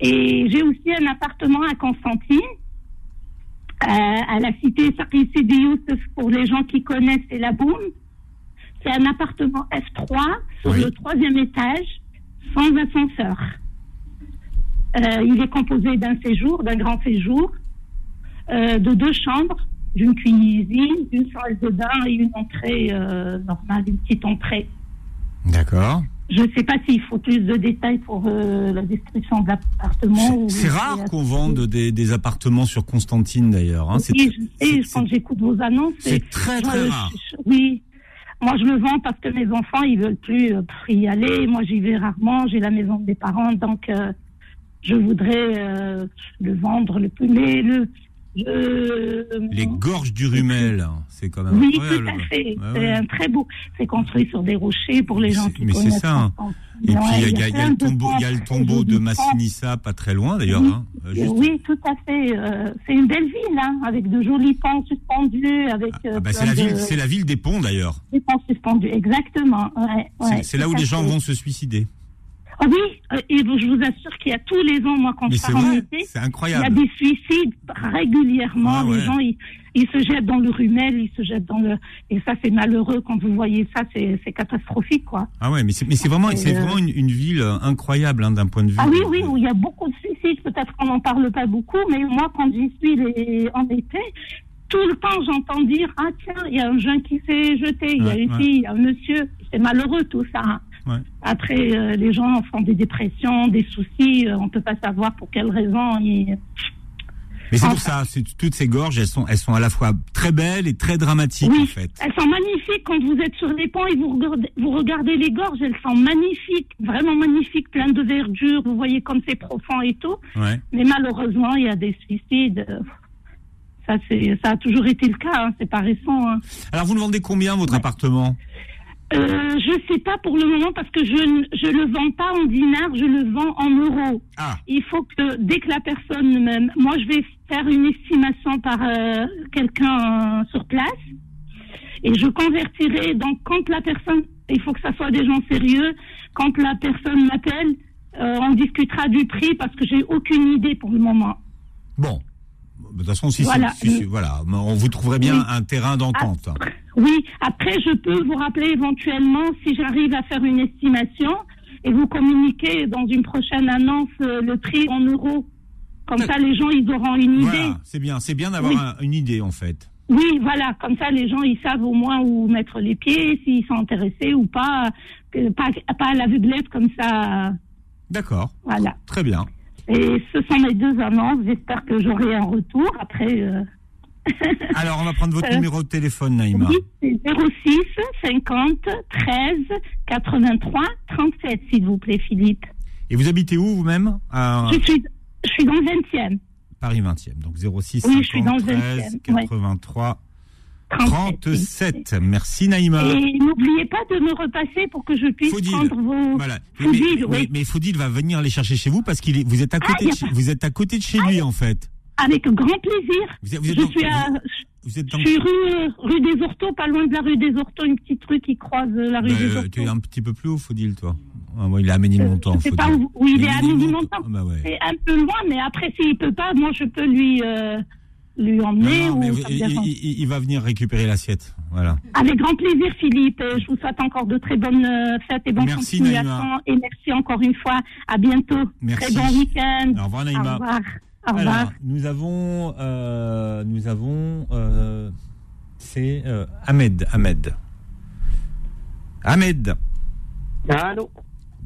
[SPEAKER 4] Et j'ai aussi un appartement à Constantine, euh, à la cité Saki Sidi Youssef, pour les gens qui connaissent, c'est la Boum. C'est un appartement F3 sur
[SPEAKER 3] Oui.
[SPEAKER 4] le troisième étage, sans ascenseur. Euh, il est composé d'un séjour, d'un grand séjour, euh, de deux chambres, d'une cuisine, d'une salle de bain et une entrée euh, normale, une petite entrée.
[SPEAKER 3] D'accord.
[SPEAKER 4] Je ne sais pas s'il faut plus de détails pour euh, la description de l'appartement. ou-
[SPEAKER 3] C'est rare qu'on vende des, des appartements sur Constantine d'ailleurs. hein. C'est
[SPEAKER 4] Oui, je sais,
[SPEAKER 3] c'est-
[SPEAKER 4] quand j'écoute vos annonces.
[SPEAKER 3] c'est très, très
[SPEAKER 4] je-
[SPEAKER 3] rare.
[SPEAKER 4] je- oui. Moi, je le vends parce que mes enfants, ils veulent plus euh, pff, y aller. Moi, j'y vais rarement. J'ai la maison de mes parents, donc euh, je voudrais euh, le vendre le plus. Mais le. je-
[SPEAKER 3] Les gorges du Rumel, hein. c'est quand même
[SPEAKER 4] oui,
[SPEAKER 3] incroyable.
[SPEAKER 4] tout à fait.
[SPEAKER 3] Ouais,
[SPEAKER 4] c'est
[SPEAKER 3] ouais.
[SPEAKER 4] un très beau. C'est construit sur des rochers pour les
[SPEAKER 3] Mais
[SPEAKER 4] gens
[SPEAKER 3] c'est-
[SPEAKER 4] qui
[SPEAKER 3] mais c'est
[SPEAKER 4] connaissent
[SPEAKER 3] ça, hein.
[SPEAKER 4] Constantine.
[SPEAKER 3] Et puis
[SPEAKER 4] Ouais,
[SPEAKER 3] il y a- il y, a- il y a le
[SPEAKER 4] plein de
[SPEAKER 3] tombeau, il y a le
[SPEAKER 4] temples,
[SPEAKER 3] tombeau
[SPEAKER 4] je
[SPEAKER 3] de
[SPEAKER 4] vous prends.
[SPEAKER 3] Massinissa, pas très loin d'ailleurs.
[SPEAKER 4] Oui.
[SPEAKER 3] hein. Euh,
[SPEAKER 4] Euh,
[SPEAKER 3] juste-
[SPEAKER 4] Oui, tout à fait. euh, c'est une belle ville, hein, avec de jolis ponts suspendus, avec euh,
[SPEAKER 3] Ah bah, c'est
[SPEAKER 4] plein
[SPEAKER 3] la ville,
[SPEAKER 4] de-
[SPEAKER 3] c'est la ville des ponts d'ailleurs.
[SPEAKER 4] des ponts suspendus. Exactement. ouais,
[SPEAKER 3] C'est-
[SPEAKER 4] ouais,
[SPEAKER 3] c'est là
[SPEAKER 4] tout
[SPEAKER 3] où
[SPEAKER 4] à
[SPEAKER 3] les gens
[SPEAKER 4] fait.
[SPEAKER 3] vont se suicider.
[SPEAKER 4] Ah oui, euh, et vous- je vous assure qu'il y a tous les ans, moi, quand
[SPEAKER 3] Mais
[SPEAKER 4] je
[SPEAKER 3] c'est
[SPEAKER 4] pars en
[SPEAKER 3] vrai,
[SPEAKER 4] été,
[SPEAKER 3] c'est
[SPEAKER 4] il y a
[SPEAKER 3] incroyable.
[SPEAKER 4] des suicides régulièrement.
[SPEAKER 3] Ah
[SPEAKER 4] les
[SPEAKER 3] ouais.
[SPEAKER 4] gens, ils, ils se jettent dans le rumel, ils se jettent dans le. Et ça, c'est malheureux quand vous voyez ça, c'est c'est catastrophique, quoi.
[SPEAKER 3] Ah ouais, mais c'est mais c'est vraiment,
[SPEAKER 4] Et,
[SPEAKER 3] c'est
[SPEAKER 4] euh,
[SPEAKER 3] vraiment une, une ville euh, incroyable hein, d'un point de vue.
[SPEAKER 4] Ah oui, oui, où il y a beaucoup de suicides. Peut-être qu'on n'en parle pas beaucoup, mais moi, quand j'y suis les- en été, tout le temps, j'entends dire Ah, tiens, il y a un jeune qui s'est jeté, il y a
[SPEAKER 3] Ouais,
[SPEAKER 4] une
[SPEAKER 3] ouais.
[SPEAKER 4] fille, il y a un monsieur. C'est malheureux tout ça. hein.
[SPEAKER 3] Ouais.
[SPEAKER 4] Après, euh, les gens font des dépressions, des soucis, euh, on ne peut pas savoir pour quelles raisons. ils-
[SPEAKER 3] Mais c'est
[SPEAKER 4] Ah,
[SPEAKER 3] pour ça, c'est- toutes ces gorges, elles sont, elles sont à la fois très belles et très dramatiques
[SPEAKER 4] Oui.
[SPEAKER 3] en fait.
[SPEAKER 4] Elles sont magnifiques quand vous êtes sur les ponts et vous regardez, vous regardez les gorges, elles sont magnifiques, vraiment magnifiques, plein de verdure, vous voyez comme c'est profond et tout.
[SPEAKER 3] Ouais.
[SPEAKER 4] Mais malheureusement, il y a des suicides. Euh, Ça, c'est, ça a toujours été le cas. hein, C'est pas récent. hein.
[SPEAKER 3] Alors vous le vendez combien votre appartement
[SPEAKER 4] Euh, je sais pas pour le moment parce que je ne je le vends pas en dinars, je le vends en euros.
[SPEAKER 3] Ah,
[SPEAKER 4] Il faut que dès que la personne, même, moi, je vais faire une estimation par euh, quelqu'un euh, sur place et je convertirai. Donc, quand la personne, il faut que ça soit des gens sérieux. Quand la personne m'appelle, euh, on discutera du prix parce que j'ai aucune idée pour le moment.
[SPEAKER 3] bon. De toute façon, si, c'est-
[SPEAKER 4] Voilà.
[SPEAKER 3] si, c'est- voilà, on vous trouverait bien
[SPEAKER 4] Oui.
[SPEAKER 3] un terrain d'entente. hein.
[SPEAKER 4] Oui, après, je peux vous rappeler éventuellement si j'arrive à faire une estimation et vous communiquer dans une prochaine annonce euh, le prix en euros. Comme ça, les gens, ils auront une idée.
[SPEAKER 3] Voilà, c'est bien, c'est bien d'avoir
[SPEAKER 4] Oui.
[SPEAKER 3] un- une idée en fait.
[SPEAKER 4] Oui, voilà, comme ça, les gens, ils savent au moins où mettre les pieds, s'ils sont intéressés ou pas, que- pas, pas à l'aveuglette comme ça. euh,
[SPEAKER 3] D'accord,
[SPEAKER 4] Voilà.
[SPEAKER 3] très bien.
[SPEAKER 4] Et ce sont mes deux annonces. J'espère que j'aurai un retour. Après, euh,
[SPEAKER 3] Alors on va prendre votre
[SPEAKER 4] Euh,
[SPEAKER 3] numéro de téléphone, Naïma.
[SPEAKER 4] oui, c'est 06 50 13 83 37, s'il vous plaît, Philippe.
[SPEAKER 3] Et vous habitez où vous-même À
[SPEAKER 4] Je suis, je suis dans le 20e.
[SPEAKER 3] Paris 20e. Donc 06
[SPEAKER 4] Oui, je suis dans le
[SPEAKER 3] 73
[SPEAKER 4] 20e, ouais.
[SPEAKER 3] 83
[SPEAKER 4] 37.
[SPEAKER 3] 37. Merci Naïma.
[SPEAKER 4] Et n'oubliez pas de me repasser pour que je puisse
[SPEAKER 3] Faudil.
[SPEAKER 4] prendre vos.
[SPEAKER 3] Voilà. Mais,
[SPEAKER 4] Faudil, oui.
[SPEAKER 3] mais- mais Faudil va venir les chercher chez vous parce qu'il est, vous êtes à
[SPEAKER 4] Ah,
[SPEAKER 3] côté,
[SPEAKER 4] y a Ah,
[SPEAKER 3] de chez, vous êtes à côté de chez lui en fait.
[SPEAKER 4] Avec grand plaisir.
[SPEAKER 3] Vous êtes, vous êtes
[SPEAKER 4] je
[SPEAKER 3] dans-
[SPEAKER 4] suis à,
[SPEAKER 3] vous- vous êtes dans-
[SPEAKER 4] je suis rue, euh, rue des Orteaux, pas loin de la rue des Orteaux, une petite rue qui croise euh, la rue
[SPEAKER 3] Bah,
[SPEAKER 4] des
[SPEAKER 3] euh, tu es
[SPEAKER 4] Orteaux.
[SPEAKER 3] un petit peu plus haut, Faudil, toi. Ah, bon, il est à Ménilmontant.
[SPEAKER 4] Euh, je sais
[SPEAKER 3] Faudil.
[SPEAKER 4] pas où, où il est à
[SPEAKER 3] Ménilmontant.
[SPEAKER 4] Ménilmontant.
[SPEAKER 3] Ah, bah ouais.
[SPEAKER 4] C'est un peu loin, mais après, s'il peut pas, moi, je peux lui, euh, lui
[SPEAKER 3] Non,
[SPEAKER 4] emmener.
[SPEAKER 3] non, mais
[SPEAKER 4] ou
[SPEAKER 3] vous-
[SPEAKER 4] ça me
[SPEAKER 3] il,
[SPEAKER 4] dérange.
[SPEAKER 3] il- il- il va venir récupérer l'assiette. Voilà.
[SPEAKER 4] Avec grand plaisir, Philippe. Euh, Je vous souhaite encore de très bonnes euh, fêtes et bonnes
[SPEAKER 3] Merci,
[SPEAKER 4] continuations.
[SPEAKER 3] Naïma.
[SPEAKER 4] Et merci encore une fois. À bientôt. Très
[SPEAKER 3] Merci.
[SPEAKER 4] bon week-end.
[SPEAKER 3] Au revoir,
[SPEAKER 4] Au
[SPEAKER 3] Naïma.
[SPEAKER 4] revoir. Au
[SPEAKER 3] Alors,
[SPEAKER 4] revoir.
[SPEAKER 3] nous avons, euh, nous avons, euh, c'est euh, Ahmed, Ahmed, Ahmed.
[SPEAKER 9] Allô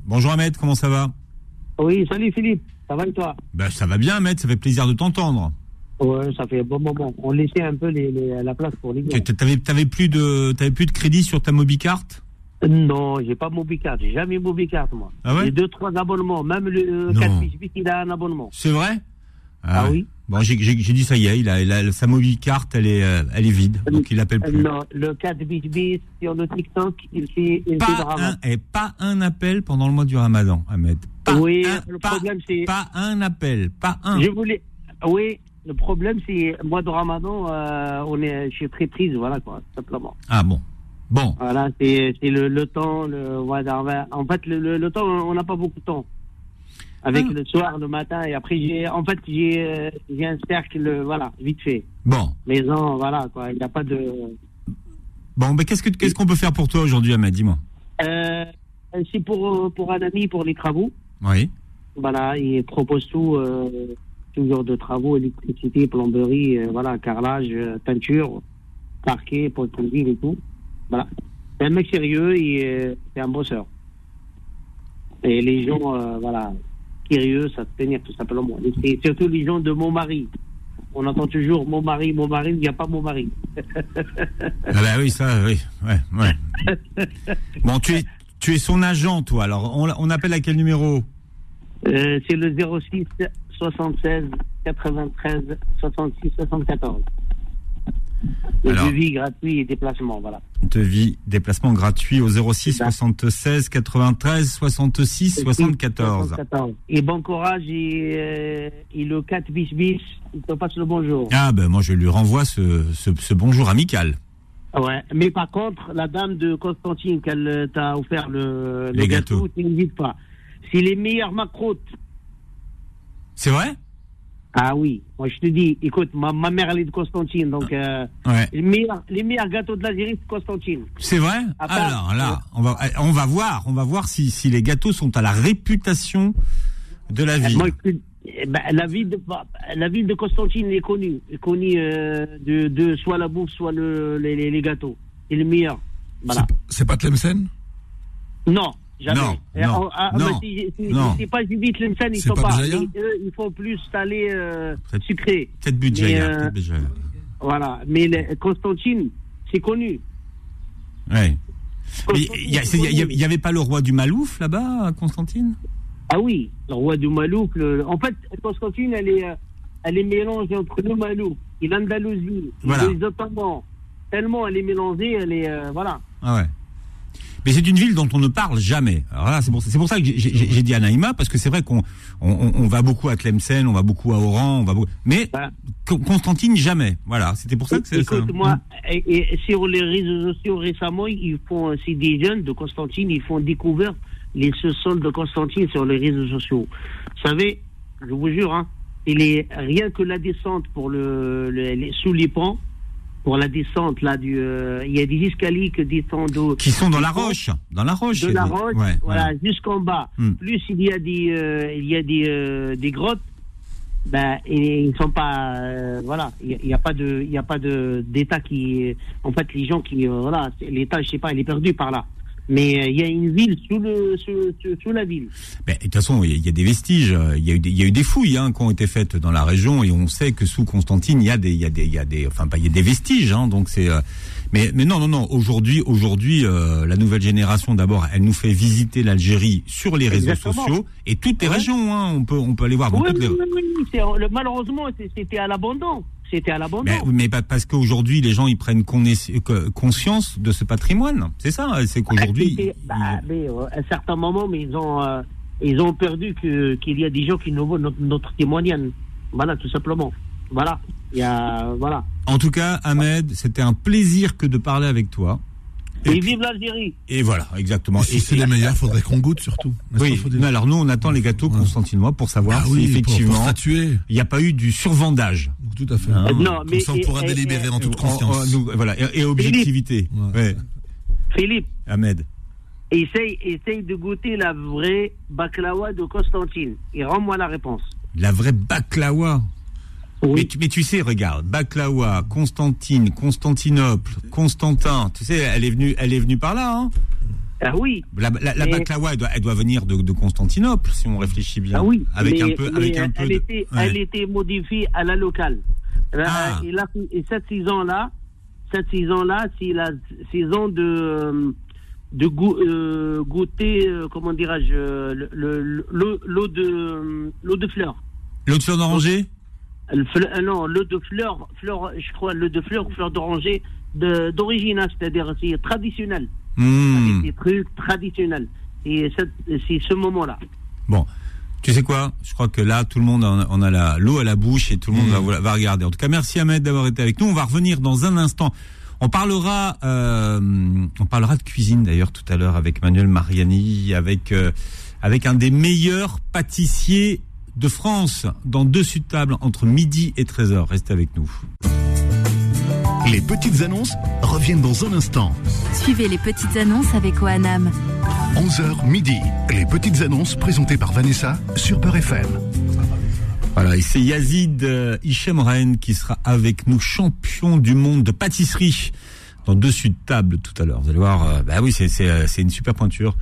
[SPEAKER 3] Bonjour Ahmed, comment ça va Ben,
[SPEAKER 9] Oui, salut Philippe, ça va et toi
[SPEAKER 3] Bah ça va bien Ahmed, ça fait plaisir de t'entendre.
[SPEAKER 9] Ouais, ça fait un bon moment. On laissait un peu les, les- la place pour les gars.
[SPEAKER 3] Tu T'avais t'avais plus de t'avais plus de crédit sur ta Mobicard
[SPEAKER 9] Non, j'ai pas Mobicard. J'ai jamais Mobicard, moi.
[SPEAKER 3] Ah ouais
[SPEAKER 9] j'ai deux, trois abonnements. Même le euh,
[SPEAKER 3] Non.
[SPEAKER 9] 468, il a un abonnement.
[SPEAKER 3] C'est vrai Ah, oui. Bon, j'ai j'ai- j'ai dit ça y est, il a, il a- sa Mobicard, elle est euh, elle est vide, donc il l'appelle plus.
[SPEAKER 9] Non, le 488, sur le TikTok, il fait, il fait
[SPEAKER 3] Pas
[SPEAKER 9] drama.
[SPEAKER 3] un, et pas un appel pendant le mois du Ramadan, Ahmed. Pas
[SPEAKER 9] oui,
[SPEAKER 3] un,
[SPEAKER 9] le
[SPEAKER 3] pas-
[SPEAKER 9] problème, c'est.
[SPEAKER 3] Pas un appel, pas un.
[SPEAKER 9] Je voulais. Oui, le problème, c'est. Moi, de Ramadan, euh, on est, je suis très prise, voilà, quoi, simplement.
[SPEAKER 3] Ah bon. Bon.
[SPEAKER 9] Voilà, c'est c'est le, le temps. Le, voilà, on va- en fait, le, le- le temps, on n'a pas beaucoup de temps. Avec le soir, le matin, et après, j'ai. En fait, j'ai euh, j'ai un cercle, euh, voilà, vite fait.
[SPEAKER 3] Bon.
[SPEAKER 9] Maison, voilà, quoi. Il n'y a pas de.
[SPEAKER 3] Bon, ben qu'est-ce que qu'est-ce qu'on peut faire pour toi aujourd'hui, Ahmed Dis-moi.
[SPEAKER 9] Euh, c'est pour, euh, pour un ami, pour les travaux.
[SPEAKER 3] Oui.
[SPEAKER 9] Voilà, il propose tout, euh, toujours de travaux, électricité, plomberie, euh, voilà, carrelage, euh, peinture, parquet, poterie et tout. Voilà. C'est un mec sérieux et euh, c'est un bosseur. Et les gens, euh, voilà, curieux, ça se tenir tout simplement. Et c'est surtout les gens de mon mari. On entend toujours mon mari, mon mari, il n'y a pas mon mari.
[SPEAKER 3] Ah bah oui, ça, oui, ouais, ouais. Bon, tu es tu es son agent, toi. Alors, on, on appelle à quel numéro
[SPEAKER 9] Euh, c'est le 06 76 93 66 74. Le
[SPEAKER 3] Alors.
[SPEAKER 9] devis gratuit et déplacement, voilà.
[SPEAKER 3] Devis, déplacement gratuit au 06
[SPEAKER 9] Bah.
[SPEAKER 3] 76 93 66 74.
[SPEAKER 9] 74. Et bon courage et, euh, et le 4 bis bis, il te passe le bonjour.
[SPEAKER 3] Ah ben moi je lui renvoie ce, ce, ce bonjour amical. Ah.
[SPEAKER 9] Ouais. Mais par contre, la dame de Constantine, qu'elle euh, t'a offert le, le
[SPEAKER 3] Les
[SPEAKER 9] gâteau, tu n'hésites pas. C'est les meilleurs macrotes.
[SPEAKER 3] C'est vrai
[SPEAKER 9] Ah oui, moi je te dis, écoute, ma, ma mère elle est de Constantine, donc euh,
[SPEAKER 3] Ah. Ouais.
[SPEAKER 9] les, meilleurs, les meilleurs gâteaux de l'Algérie, c'est Constantine.
[SPEAKER 3] C'est vrai
[SPEAKER 9] À part-
[SPEAKER 3] Alors là, on va, on va voir, on va voir si, si les gâteaux sont à la réputation de la ville.
[SPEAKER 9] Moi, je suis- eh ben, la, ville de, la ville de Constantine est connue, est connue euh, de, de soit la bouffe, soit le, les, les- les gâteaux. C'est le meilleur. Voilà.
[SPEAKER 2] C'est pas Tlemcen
[SPEAKER 9] Non, jamais.
[SPEAKER 2] Non,
[SPEAKER 9] Eh,
[SPEAKER 2] non,
[SPEAKER 9] oh, ah, ah,
[SPEAKER 2] non,
[SPEAKER 9] bah, si, si-
[SPEAKER 2] non.
[SPEAKER 9] si c'est pas Judith Lemsen, ils
[SPEAKER 2] C'est
[SPEAKER 9] sont
[SPEAKER 2] pas
[SPEAKER 9] pas.
[SPEAKER 2] Béjaïa
[SPEAKER 9] Ils- eux, ils font plus salé euh, sucré.
[SPEAKER 3] Peut-être budget,
[SPEAKER 9] Mais, euh,
[SPEAKER 3] peut-être budget.
[SPEAKER 9] Voilà. Mais le- Constantine, c'est connu.
[SPEAKER 3] Ouais. Mais il y a- c'est- il y a- il y avait pas le roi du Malouf là-bas, à Constantine
[SPEAKER 9] Ah oui, le roi du Malouk. le- En fait, Constantine, elle est, euh, elle est mélangée entre le Malouk et l'Andalousie, et
[SPEAKER 3] Voilà.
[SPEAKER 9] les Ottomans. Tellement elle est mélangée, elle est. euh, voilà.
[SPEAKER 3] Ah ouais. Mais c'est une ville dont on ne parle jamais. Alors là, c'est pour, c'est pour ça que j'ai- j'ai j'ai dit à Naïma, parce que c'est vrai qu'on on, on- on va beaucoup à Tlemcen, on va beaucoup à Oran, on va beaucoup... Mais Con- Constantine, jamais. Voilà, c'était pour ça Mm. que c'est...
[SPEAKER 9] Écoute,
[SPEAKER 3] ça-
[SPEAKER 9] moi, et, et sur les réseaux sociaux récemment, ils font, euh, c'est des jeunes de Constantine, ils font découvrir les sous-sols de Constantine sur les réseaux sociaux. Vous savez, je vous jure, hein, il est rien que la descente pour le, le- les- sous les ponts, pour la descente là du, euh, il y a des escaliers que descendent au-
[SPEAKER 3] Qui sont dans la roche, dans la roche.
[SPEAKER 9] de
[SPEAKER 3] il y a
[SPEAKER 9] la
[SPEAKER 3] des-
[SPEAKER 9] roche,
[SPEAKER 3] ouais,
[SPEAKER 9] voilà,
[SPEAKER 3] voilà.
[SPEAKER 9] jusqu'en bas.
[SPEAKER 3] Hmm.
[SPEAKER 9] Plus il y a des, euh, il y a des, euh, des grottes. Ben, et- ils ne sont pas, euh, voilà, il n'y a, il y a pas de, il y a pas de d'État qui, en fait, les gens qui, euh, voilà, c'est- l'État, je sais pas, il est perdu par là. Mais euh, il y a une ville sous le, sous, sous- sous la ville.
[SPEAKER 3] Ben, de toute façon, il y a- il y a des vestiges, euh, il y a eu des, il y a eu des fouilles hein, qui ont été faites dans la région et on sait que sous Constantine, il y a des, il y a des, il y a des, enfin, pas, il y a des vestiges. Hein, donc c'est, euh, mais, mais non, non, non. Aujourd'hui, aujourd'hui, euh, la nouvelle génération, d'abord, elle nous fait visiter l'Algérie sur les réseaux
[SPEAKER 9] Exactement.
[SPEAKER 3] sociaux et toutes les régions. Hein, on peut, on peut aller voir dans
[SPEAKER 9] oui,
[SPEAKER 3] toutes
[SPEAKER 9] oui,
[SPEAKER 3] les.
[SPEAKER 9] oui, oui, c'est- le- malheureusement, c'est- c'était à l'abandon. C'était à l'abandon.
[SPEAKER 3] Mais, mais pas- parce qu'aujourd'hui, les gens ils prennent connaiss- que- conscience de ce patrimoine. C'est ça.
[SPEAKER 2] Ah,
[SPEAKER 3] C'est qu'aujourd'hui,
[SPEAKER 9] C'était- bah, mais, euh, à un certain moment, mais ils ont, euh, ils ont perdu que- qu'il y a des gens qui nous voient notre, notre témoignage. Voilà, tout simplement. Voilà. Il y a, voilà.
[SPEAKER 3] en tout cas, Ahmed, c'était un plaisir que de parler avec toi.
[SPEAKER 9] Et, vive l'Algérie.
[SPEAKER 3] Et voilà, exactement.
[SPEAKER 2] Oh, Si c'est les meilleurs, faudrait qu'on goûte surtout.
[SPEAKER 3] Oui, mais alors nous on attend les gâteaux constantinois pour savoir
[SPEAKER 2] Ah
[SPEAKER 3] si
[SPEAKER 2] oui, pour- pour
[SPEAKER 3] effectivement
[SPEAKER 2] statuer.
[SPEAKER 3] il n'y a pas eu du survendage.
[SPEAKER 2] Tout à fait.
[SPEAKER 3] Hein.
[SPEAKER 2] Non, Comme mais- ça, on et- pourra et- délibérer et- en toute
[SPEAKER 3] On-
[SPEAKER 2] conscience.
[SPEAKER 3] on- nous- voilà, et, et objectivité. Ouais.
[SPEAKER 9] Philippe,
[SPEAKER 3] Ahmed.
[SPEAKER 9] essaye, essaye de goûter la vraie baklawa de Constantine. Et rends-moi la réponse.
[SPEAKER 3] La vraie baklawa. Mais, tu, mais tu sais, regarde, baklawa, Constantine, Constantinople, Constantin, tu sais, elle est venue, elle est venue par là. Hein
[SPEAKER 9] ah oui.
[SPEAKER 3] La, la- la
[SPEAKER 9] Mais-
[SPEAKER 3] baklawa, elle doit, elle doit venir de, de Constantinople, si on réfléchit bien.
[SPEAKER 9] Ah oui.
[SPEAKER 3] Avec
[SPEAKER 9] mais-
[SPEAKER 3] un peu, avec
[SPEAKER 9] mais
[SPEAKER 3] un peu
[SPEAKER 9] elle,
[SPEAKER 3] de-
[SPEAKER 9] était,
[SPEAKER 3] ouais. Ah.
[SPEAKER 9] elle était modifiée à la locale. Euh, il a- et cette saison-là, cette saison-là, c'est la saison de, euh, de go- euh, goûter, euh, comment dirais-je, euh, le- le- le- l'eau de, euh, l'eau de fleurs.
[SPEAKER 3] L'eau de fleur d'oranger
[SPEAKER 9] Le fle- euh, non, l'eau de fleurs, fleur, je crois, l'eau de fleurs, fleur d'oranger de- d'origine, hein, c'est-à-dire c'est traditionnel,
[SPEAKER 3] Hmm.
[SPEAKER 9] des trucs traditionnels. Et cette- c'est ce moment-là.
[SPEAKER 3] Bon. Tu sais quoi Je crois que là, tout le monde en a- en a la- l'eau à la bouche et tout le monde va, voilà, va regarder. En tout cas, merci Ahmed d'avoir été avec nous. On va revenir dans un instant. On parlera, euh, on parlera de cuisine d'ailleurs tout à l'heure avec Manuel Mariani, avec euh, avec un des meilleurs pâtissiers de France dans deux sud tables entre midi et 13h. Restez avec nous.
[SPEAKER 8] Les petites annonces reviennent dans un instant.
[SPEAKER 1] Suivez les petites annonces avec OANAM.
[SPEAKER 8] 11h midi, les petites annonces présentées par Vanessa sur Peur FM.
[SPEAKER 3] Voilà, et c'est Yazid euh, Hichem Rennes qui sera avec nous, champion du monde de pâtisserie, dans dessus de table tout à l'heure. Vous allez voir, euh, bah oui, c'est- c'est euh, c'est une super pointure.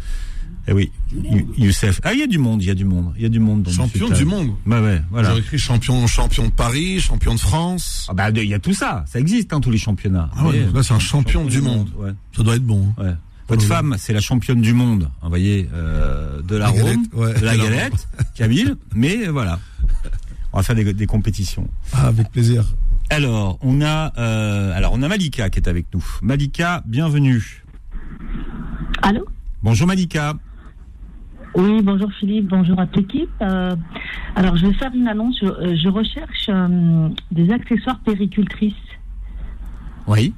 [SPEAKER 3] Eh oui, You- Youssef. Ah, il y a du monde, il y a du monde, il y a du monde. Dans
[SPEAKER 2] Champion
[SPEAKER 3] dessus de
[SPEAKER 2] du
[SPEAKER 3] table.
[SPEAKER 2] monde.
[SPEAKER 3] Bah ouais, voilà.
[SPEAKER 2] J'aurais écrit champion, champion de Paris, champion de France.
[SPEAKER 3] Ah bah, il y a tout ça. Ça existe, hein, tous les championnats.
[SPEAKER 2] Ah ouais,
[SPEAKER 3] Mais,
[SPEAKER 2] donc là, c'est un champion, du monde.
[SPEAKER 3] ouais.
[SPEAKER 2] Ça doit être bon. hein.
[SPEAKER 3] Ouais. Votre femme, c'est la championne du monde, vous voyez, euh, de la,
[SPEAKER 2] La galette,
[SPEAKER 3] Rome,
[SPEAKER 2] ouais,
[SPEAKER 3] de la
[SPEAKER 2] de la Rome.
[SPEAKER 3] galette, Kabyle, mais voilà. On va faire des- des compétitions.
[SPEAKER 2] Ah, avec plaisir.
[SPEAKER 3] Alors, on a, euh, alors on a Malika qui est avec nous. Malika, bienvenue.
[SPEAKER 10] Allô
[SPEAKER 3] Bonjour Malika.
[SPEAKER 10] Oui, bonjour Philippe, bonjour à toute l'équipe. Euh, alors, je vais faire une annonce. Je, euh, je recherche euh, des accessoires péricultrices.
[SPEAKER 3] Oui.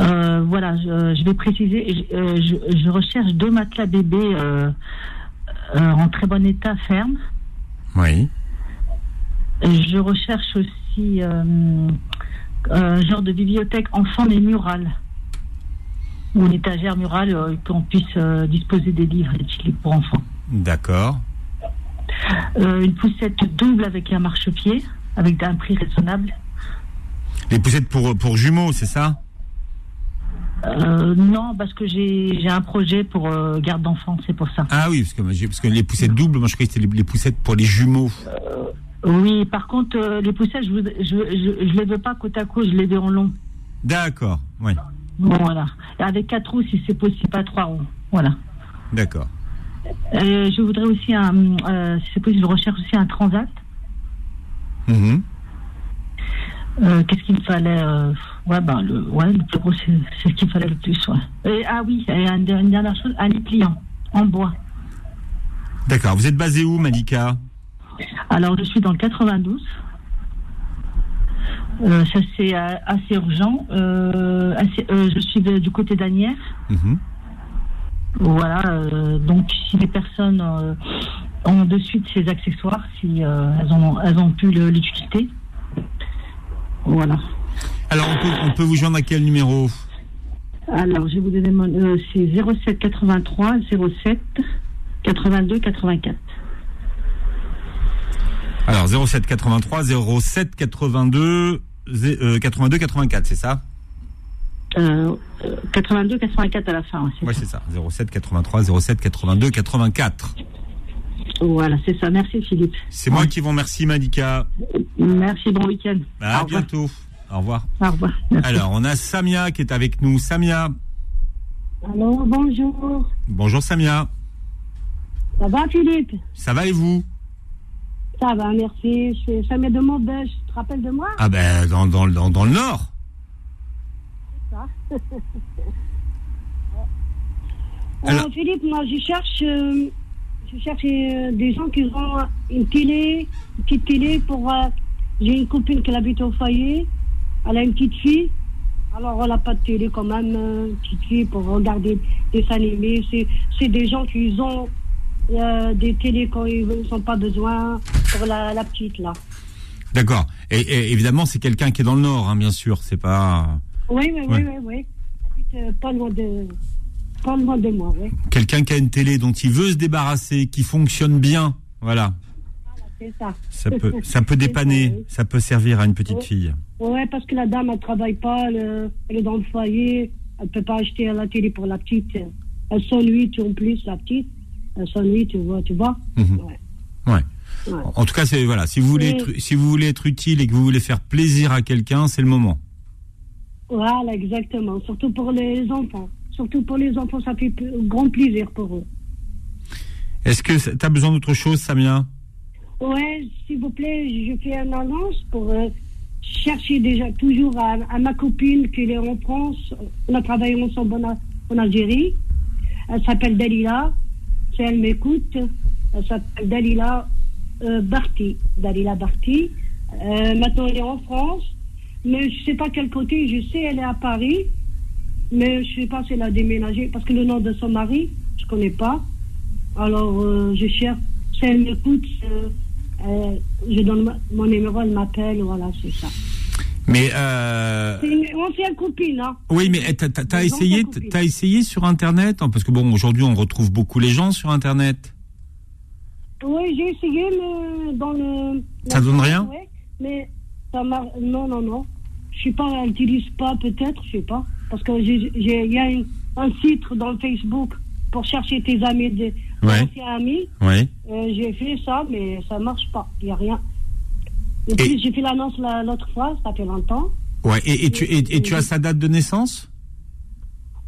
[SPEAKER 10] Euh, voilà, je, je vais préciser. Je, euh, je- je recherche deux matelas bébés euh, euh, en très bon état, ferme.
[SPEAKER 3] Oui.
[SPEAKER 10] Je recherche aussi euh, un genre de bibliothèque enfant mais murale. Ou une étagère murale euh, qu'on puisse euh, disposer des livres et des livres pour enfants.
[SPEAKER 3] D'accord.
[SPEAKER 10] Euh, une poussette double avec un marchepied, avec un prix raisonnable.
[SPEAKER 3] Les poussettes pour pour jumeaux, c'est ça
[SPEAKER 10] Euh, non, parce que j'ai j'ai un projet pour euh, garde d'enfants, c'est pour ça.
[SPEAKER 3] Ah oui, parce que moi, j'ai- parce que les poussettes doubles, moi je croyais que c'était les, les poussettes pour les jumeaux.
[SPEAKER 10] Oui, par contre, euh, les poussettes, je ne je, je, je les veux pas côte à côte, je les veux en long.
[SPEAKER 3] D'accord. Oui.
[SPEAKER 10] Bon, voilà. Et avec quatre roues, si c'est possible, pas trois roues. Voilà.
[SPEAKER 3] D'accord.
[SPEAKER 10] Euh, je voudrais aussi, un, euh, si c'est possible, je recherche aussi un transat.
[SPEAKER 3] Mhm.
[SPEAKER 10] Euh, Qu'est-ce qu'il me fallait euh, Ouais, ben, le, ouais, le plus gros, c'est c'est ce qu'il me fallait le plus. Ouais. Et, ah oui, et un- une dernière chose, un lit pliant, en bois.
[SPEAKER 3] D'accord. Vous êtes basé où, Malika
[SPEAKER 10] Alors, je suis dans le 92. Euh, ça, c'est euh, assez urgent. Euh, assez- euh, je suis de- du côté d'Anières.
[SPEAKER 3] Mhm.
[SPEAKER 10] Voilà. euh, donc, si les personnes euh, ont de suite ces accessoires, si euh, elles, ont, elles ont pu le- l'utiliser. Voilà.
[SPEAKER 3] Alors on peut, on peut vous joindre à quel numéro
[SPEAKER 10] Alors, je vais vous donner mon. euh, c'est 07 83 07 82 84.
[SPEAKER 3] Alors 07 83 07 82 zé- euh, 82 84, c'est ça
[SPEAKER 10] Euh, euh, 82 84 à la fin. ouais, c'est
[SPEAKER 3] Oui, c'est ça. 07 83 07 82 84.
[SPEAKER 10] Voilà, c'est ça. Merci Philippe.
[SPEAKER 3] C'est moi qui vous remercie, Malika.
[SPEAKER 10] Merci, bon week-end.
[SPEAKER 3] À
[SPEAKER 10] Au revoir.
[SPEAKER 3] bientôt. Au revoir.
[SPEAKER 10] Au revoir.
[SPEAKER 3] Alors, on a Samia qui est avec nous. Samia.
[SPEAKER 11] Allô, bonjour.
[SPEAKER 3] Bonjour, Samia.
[SPEAKER 11] Ça va, Philippe
[SPEAKER 3] Ça va et vous
[SPEAKER 11] Ça va, merci. Je suis Samia de Maubeuge. Tu te rappelles de moi
[SPEAKER 3] Ah ben, dans, dans, dans, dans le Nord.
[SPEAKER 11] Ça. Euh,
[SPEAKER 3] Alors-
[SPEAKER 11] Philippe, moi, je cherche, euh, je cherche euh, des gens qui ont une télé, une petite télé pour. euh, J'ai une copine qui habite au foyer. Elle a une petite fille. Alors, elle n'a pas de télé quand même, euh, une petite fille pour regarder des dessins animés. C'est- C'est des gens qui ont euh, des télés quand ils n'ont pas besoin pour la, la petite, là.
[SPEAKER 3] D'accord. Et, et évidemment, c'est quelqu'un qui est dans le Nord, hein, bien sûr. C'est pas
[SPEAKER 11] Oui, oui, oui,
[SPEAKER 3] Ouais.
[SPEAKER 11] oui, oui. Habite euh, pas loin de, pas loin de moi, oui.
[SPEAKER 3] quelqu'un qui a une télé dont il veut se débarrasser, qui fonctionne bien. Voilà.
[SPEAKER 11] C'est ça.
[SPEAKER 3] Ça peut, ça peut dépanner. Ça peut servir à une petite
[SPEAKER 11] Ouais.
[SPEAKER 3] fille.
[SPEAKER 11] Ouais, parce que la dame, elle travaille pas, elle, euh, elle est dans le foyer, elle peut pas acheter la télé pour la petite. Elle s'ennuie, tu en plus, la petite. Elle s'ennuie, tu vois, tu vois.
[SPEAKER 3] Mhm. Ouais. En tout cas, c'est voilà, si vous voulez
[SPEAKER 11] Oui.
[SPEAKER 3] être, si vous voulez être utile et que vous voulez faire plaisir à quelqu'un, c'est le moment.
[SPEAKER 11] Voilà, exactement. Surtout pour les enfants. Surtout pour les enfants, ça fait p- grand plaisir pour eux.
[SPEAKER 3] Est-ce que tu as besoin d'autre chose, Samia
[SPEAKER 11] Ouais, s'il vous plaît, je fais un annonce pour euh, chercher déjà toujours à, à ma copine qui est en France. On a travaillé ensemble en, A- en Algérie. Elle s'appelle Dalila. Si elle m'écoute, elle s'appelle Dalila euh, Barty. Dalila Barty. Euh, maintenant, elle est en France. Mais je sais pas quel côté. Je sais, elle est à Paris. Mais je sais pas si elle a déménagé. Parce que le nom de son mari, je connais pas. Alors, euh, je cherche. Si elle m'écoute, euh, euh, je donne ma- mon numéro, elle m'appelle, voilà, c'est ça.
[SPEAKER 3] Mais euh,
[SPEAKER 11] C'est une ancienne copine, hein.
[SPEAKER 3] oui, mais eh, t'as t'as- t'as
[SPEAKER 11] Des
[SPEAKER 3] essayé,
[SPEAKER 11] anciennes copines.
[SPEAKER 3] t'as essayé sur Internet, hein, parce que bon, aujourd'hui, on retrouve beaucoup les gens sur Internet.
[SPEAKER 11] Oui, j'ai essayé, mais dans le.
[SPEAKER 3] Ça
[SPEAKER 11] la-
[SPEAKER 3] donne rien
[SPEAKER 11] ouais, mais ça m'a. Non, non, non. Je sais pas, elle utilise pas, peut-être, je sais pas. Parce que j'ai- j'ai- il y a une- un site dans le Facebook pour chercher tes amis, des
[SPEAKER 3] Ouais.
[SPEAKER 11] anciens amis.
[SPEAKER 3] Oui.
[SPEAKER 11] Euh, j'ai fait ça, mais ça marche pas, il n'y a rien. Et puis, j'ai fait l'annonce la- l'autre fois, ça fait longtemps.
[SPEAKER 3] Ouais. Et, et tu et- et tu as sa date de naissance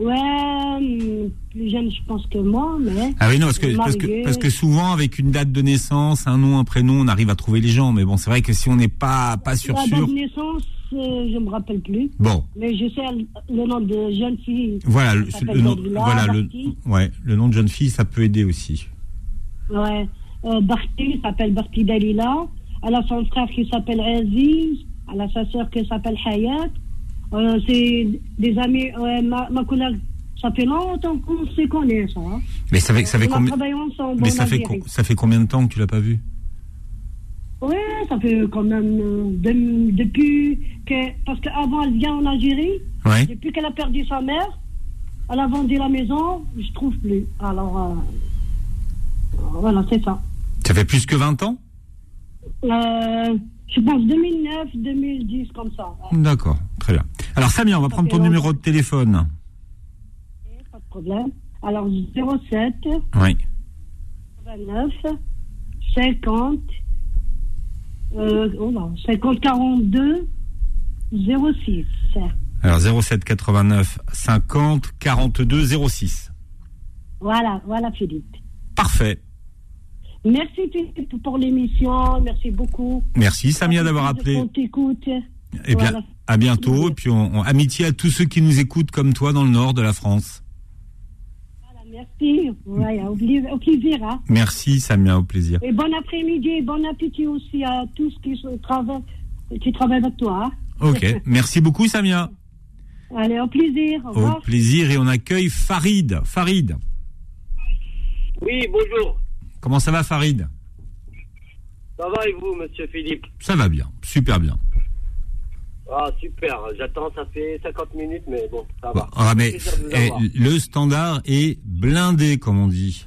[SPEAKER 11] Ouais, hum, plus jeune, je pense que moi, mais.
[SPEAKER 3] Ah oui, non, parce que, parce,
[SPEAKER 11] Mariée.
[SPEAKER 3] que, parce que souvent, avec une date de naissance, un nom, un prénom, on arrive à trouver les gens. Mais bon, c'est vrai que si on n'est pas, pas sûr,
[SPEAKER 11] La date
[SPEAKER 3] sûr.
[SPEAKER 11] de naissance, euh, je me rappelle plus.
[SPEAKER 3] Bon.
[SPEAKER 11] Mais je sais le- le nom de jeune fille.
[SPEAKER 3] Voilà,
[SPEAKER 11] Elle
[SPEAKER 3] le,
[SPEAKER 11] s'appelle
[SPEAKER 3] le nom,
[SPEAKER 11] Gabriela
[SPEAKER 3] voilà le,
[SPEAKER 11] Barty.
[SPEAKER 3] ouais, le nom de jeune fille, ça peut aider aussi.
[SPEAKER 11] Ouais. Euh, Barty, elle s'appelle Barty Dalila. Elle a son frère qui s'appelle Aziz. Elle a sa sœur qui s'appelle Hayat. Euh, c'est des amis. Ouais, ma, ma collègue, ça fait longtemps qu'on se connaît, ça. hein.
[SPEAKER 3] Mais ça fait, ça fait
[SPEAKER 11] On a
[SPEAKER 3] combien
[SPEAKER 11] travaillé ensemble
[SPEAKER 3] Mais
[SPEAKER 11] en
[SPEAKER 3] ça fait,
[SPEAKER 11] Algérie.
[SPEAKER 3] co- ça fait combien de temps que tu l'as pas vu
[SPEAKER 11] Oui, ça fait quand même euh, de- depuis que parce qu'avant elle vient en Algérie,
[SPEAKER 3] Ouais.
[SPEAKER 11] depuis qu'elle a perdu sa mère, elle a vendu la maison, je trouve plus. Alors euh, voilà, c'est ça.
[SPEAKER 3] Ça fait plus que 20 ans
[SPEAKER 11] Euh, je pense 2009, 2010 comme ça.
[SPEAKER 3] D'accord, très bien. Alors Samia, on va prendre ton
[SPEAKER 11] fait
[SPEAKER 3] numéro de téléphone.
[SPEAKER 11] Pas de problème. Alors 07
[SPEAKER 3] Oui.
[SPEAKER 11] 29 50 euh, oh là, 50 42 06.
[SPEAKER 3] Alors 07 89 50 42 06.
[SPEAKER 11] Voilà, voilà Philippe.
[SPEAKER 3] Parfait.
[SPEAKER 11] Merci Philippe pour l'émission, merci beaucoup.
[SPEAKER 3] Merci Samia d'avoir appelé.
[SPEAKER 11] On t'écoute.
[SPEAKER 3] Et bien,
[SPEAKER 11] Voilà.
[SPEAKER 3] à bientôt. Et puis, on, on- amitié à tous ceux qui nous écoutent comme toi dans le nord de la France.
[SPEAKER 11] Merci. Ouais, au plaisir. au plaisir, hein.
[SPEAKER 3] Merci, Samia, au plaisir.
[SPEAKER 11] Et bon après-midi et bon appétit aussi à tous qui, se travaillent, qui travaillent avec toi. hein.
[SPEAKER 3] Ok. Merci beaucoup, Samia.
[SPEAKER 11] Allez, au plaisir. Au
[SPEAKER 3] Au
[SPEAKER 11] revoir.
[SPEAKER 3] plaisir. Et on accueille Farid. Farid,
[SPEAKER 12] Oui, bonjour.
[SPEAKER 3] comment ça va, Farid
[SPEAKER 12] Ça va et vous, monsieur Philippe
[SPEAKER 3] Ça va bien. Super bien.
[SPEAKER 12] Ah, super. J'attends, ça fait 50 minutes, mais bon, ça va.
[SPEAKER 3] Ah, mais
[SPEAKER 12] Plaisir de vous
[SPEAKER 3] eh,
[SPEAKER 12] avoir.
[SPEAKER 3] le standard est blindé, comme on dit.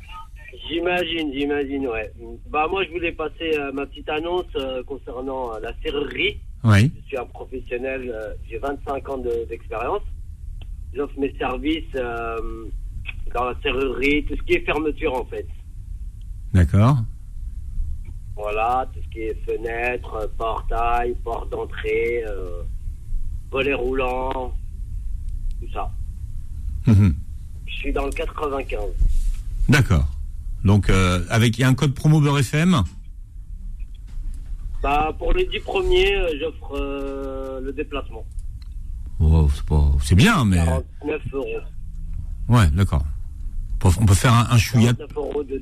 [SPEAKER 12] J'imagine, j'imagine, ouais. Bah, moi, je voulais passer euh, ma petite annonce euh, concernant euh, la serrurerie.
[SPEAKER 3] Oui.
[SPEAKER 12] Je suis un professionnel, euh, j'ai 25 ans de- d'expérience. J'offre mes services euh, dans la serrurerie, tout ce qui est fermeture, en fait.
[SPEAKER 3] D'accord.
[SPEAKER 12] Voilà, tout ce qui est fenêtre, euh, portail, porte d'entrée, euh, volet roulant, tout ça.
[SPEAKER 3] Mhm.
[SPEAKER 12] Je suis dans le 95.
[SPEAKER 3] D'accord. Donc, euh, avec il y a un code promo Beurre FM.
[SPEAKER 12] Bah, pour les 10 premiers, euh, j'offre euh, le déplacement.
[SPEAKER 3] Wow, Oh, c'est pas- c'est bien, mais.
[SPEAKER 12] 49 euros.
[SPEAKER 3] Ouais, d'accord. On peut- On peut faire un, un chouïa.
[SPEAKER 12] 49 euros de...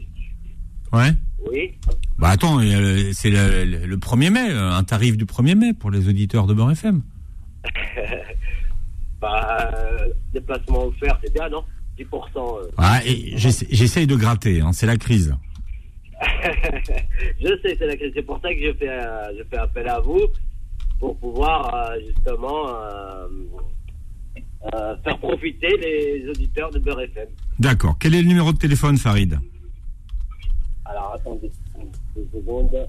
[SPEAKER 3] Ouais.
[SPEAKER 12] Oui.
[SPEAKER 3] Bah attends, il y a le- c'est le, le- le 1er mai, euh, un tarif du 1er mai pour les auditeurs de Beurre FM.
[SPEAKER 12] bah, euh, déplacement offert, c'est bien, non 10%. euh.
[SPEAKER 3] Ah, et j'essa- j'essaye de gratter, hein, c'est la crise.
[SPEAKER 12] je sais, c'est la crise. C'est pour ça que je fais, euh, je fais appel à vous pour pouvoir euh, justement euh, euh, faire profiter les auditeurs de Beurre FM.
[SPEAKER 3] D'accord. Quel est le numéro de téléphone, Farid
[SPEAKER 12] Alors attendez deux secondes.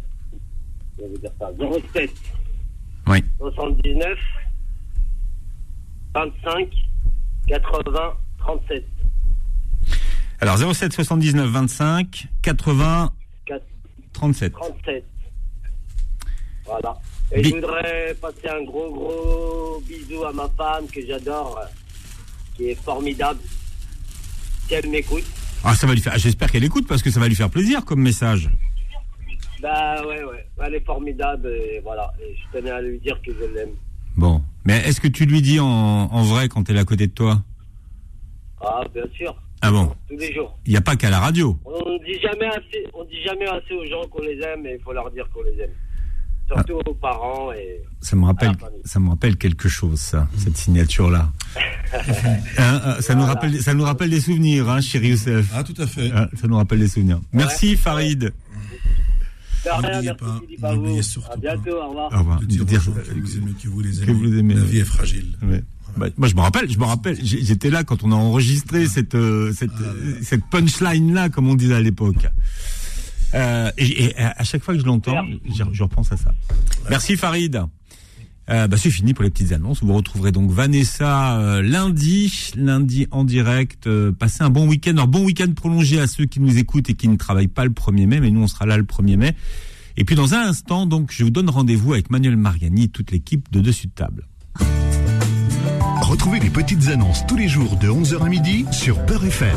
[SPEAKER 12] Je vais vous dire ça. 07
[SPEAKER 3] Oui.
[SPEAKER 12] 79 25 80 37
[SPEAKER 3] Alors 07 79 25 80 37.
[SPEAKER 12] 37. Voilà. Et
[SPEAKER 3] Bi-
[SPEAKER 12] je voudrais passer un gros, gros bisou à ma femme que j'adore, euh, qui est formidable. Si elle m'écoute,
[SPEAKER 3] Ah, ça va lui faire. ah, J'espère qu'elle écoute parce que ça va lui faire plaisir comme message.
[SPEAKER 12] bah ouais, ouais, elle est formidable et voilà. Et je tenais à lui dire que je l'aime.
[SPEAKER 3] Bon. Mais est-ce que tu lui dis en, en vrai quand elle est à côté de toi
[SPEAKER 12] Ah, bien sûr,
[SPEAKER 3] Ah bon
[SPEAKER 12] tous les jours.
[SPEAKER 3] Il n'y a pas qu'à la radio.
[SPEAKER 12] On dit jamais assez, on dit jamais assez aux gens qu'on les aime et il faut leur dire qu'on les aime. Surtout aux parents et.
[SPEAKER 3] Ça me rappelle, ça me rappelle quelque chose, ça, cette signature-là. Hein, euh, ça, nous rappelle, ça nous rappelle des souvenirs, hein, chéri Youssef. Ah, tout à fait. ça nous rappelle des souvenirs. Merci, Farid.
[SPEAKER 12] De rien, merci Philippe, à vous. À bientôt, au revoir.
[SPEAKER 3] Au revoir. De dire, euh,
[SPEAKER 2] Que vous les
[SPEAKER 3] que
[SPEAKER 2] aimez.
[SPEAKER 3] vous aimez.
[SPEAKER 2] La vie est fragile.
[SPEAKER 3] Ouais. Bah, moi, je me rappelle, je me rappelle, j'ai- j'étais là quand on a enregistré cette, euh, cette,
[SPEAKER 2] Ah,
[SPEAKER 3] euh, cette punchline-là, comme on disait à l'époque. Euh, et, et à à chaque fois que je l'entends, je, je repense à ça. Merci Farid. Euh, bah, c'est fini pour les petites annonces. Vous retrouverez donc Vanessa euh, lundi, lundi en direct. Euh, passez un bon week-end, un bon week-end prolongé à ceux qui nous écoutent et qui ne travaillent pas le 1er mai, mais nous on sera là le 1er mai. Et puis dans un instant, donc, je vous donne rendez-vous avec Manuel Mariani et toute l'équipe de Dessus de Table.
[SPEAKER 8] Retrouvez les petites annonces tous les jours de 11h à midi sur Peur FM.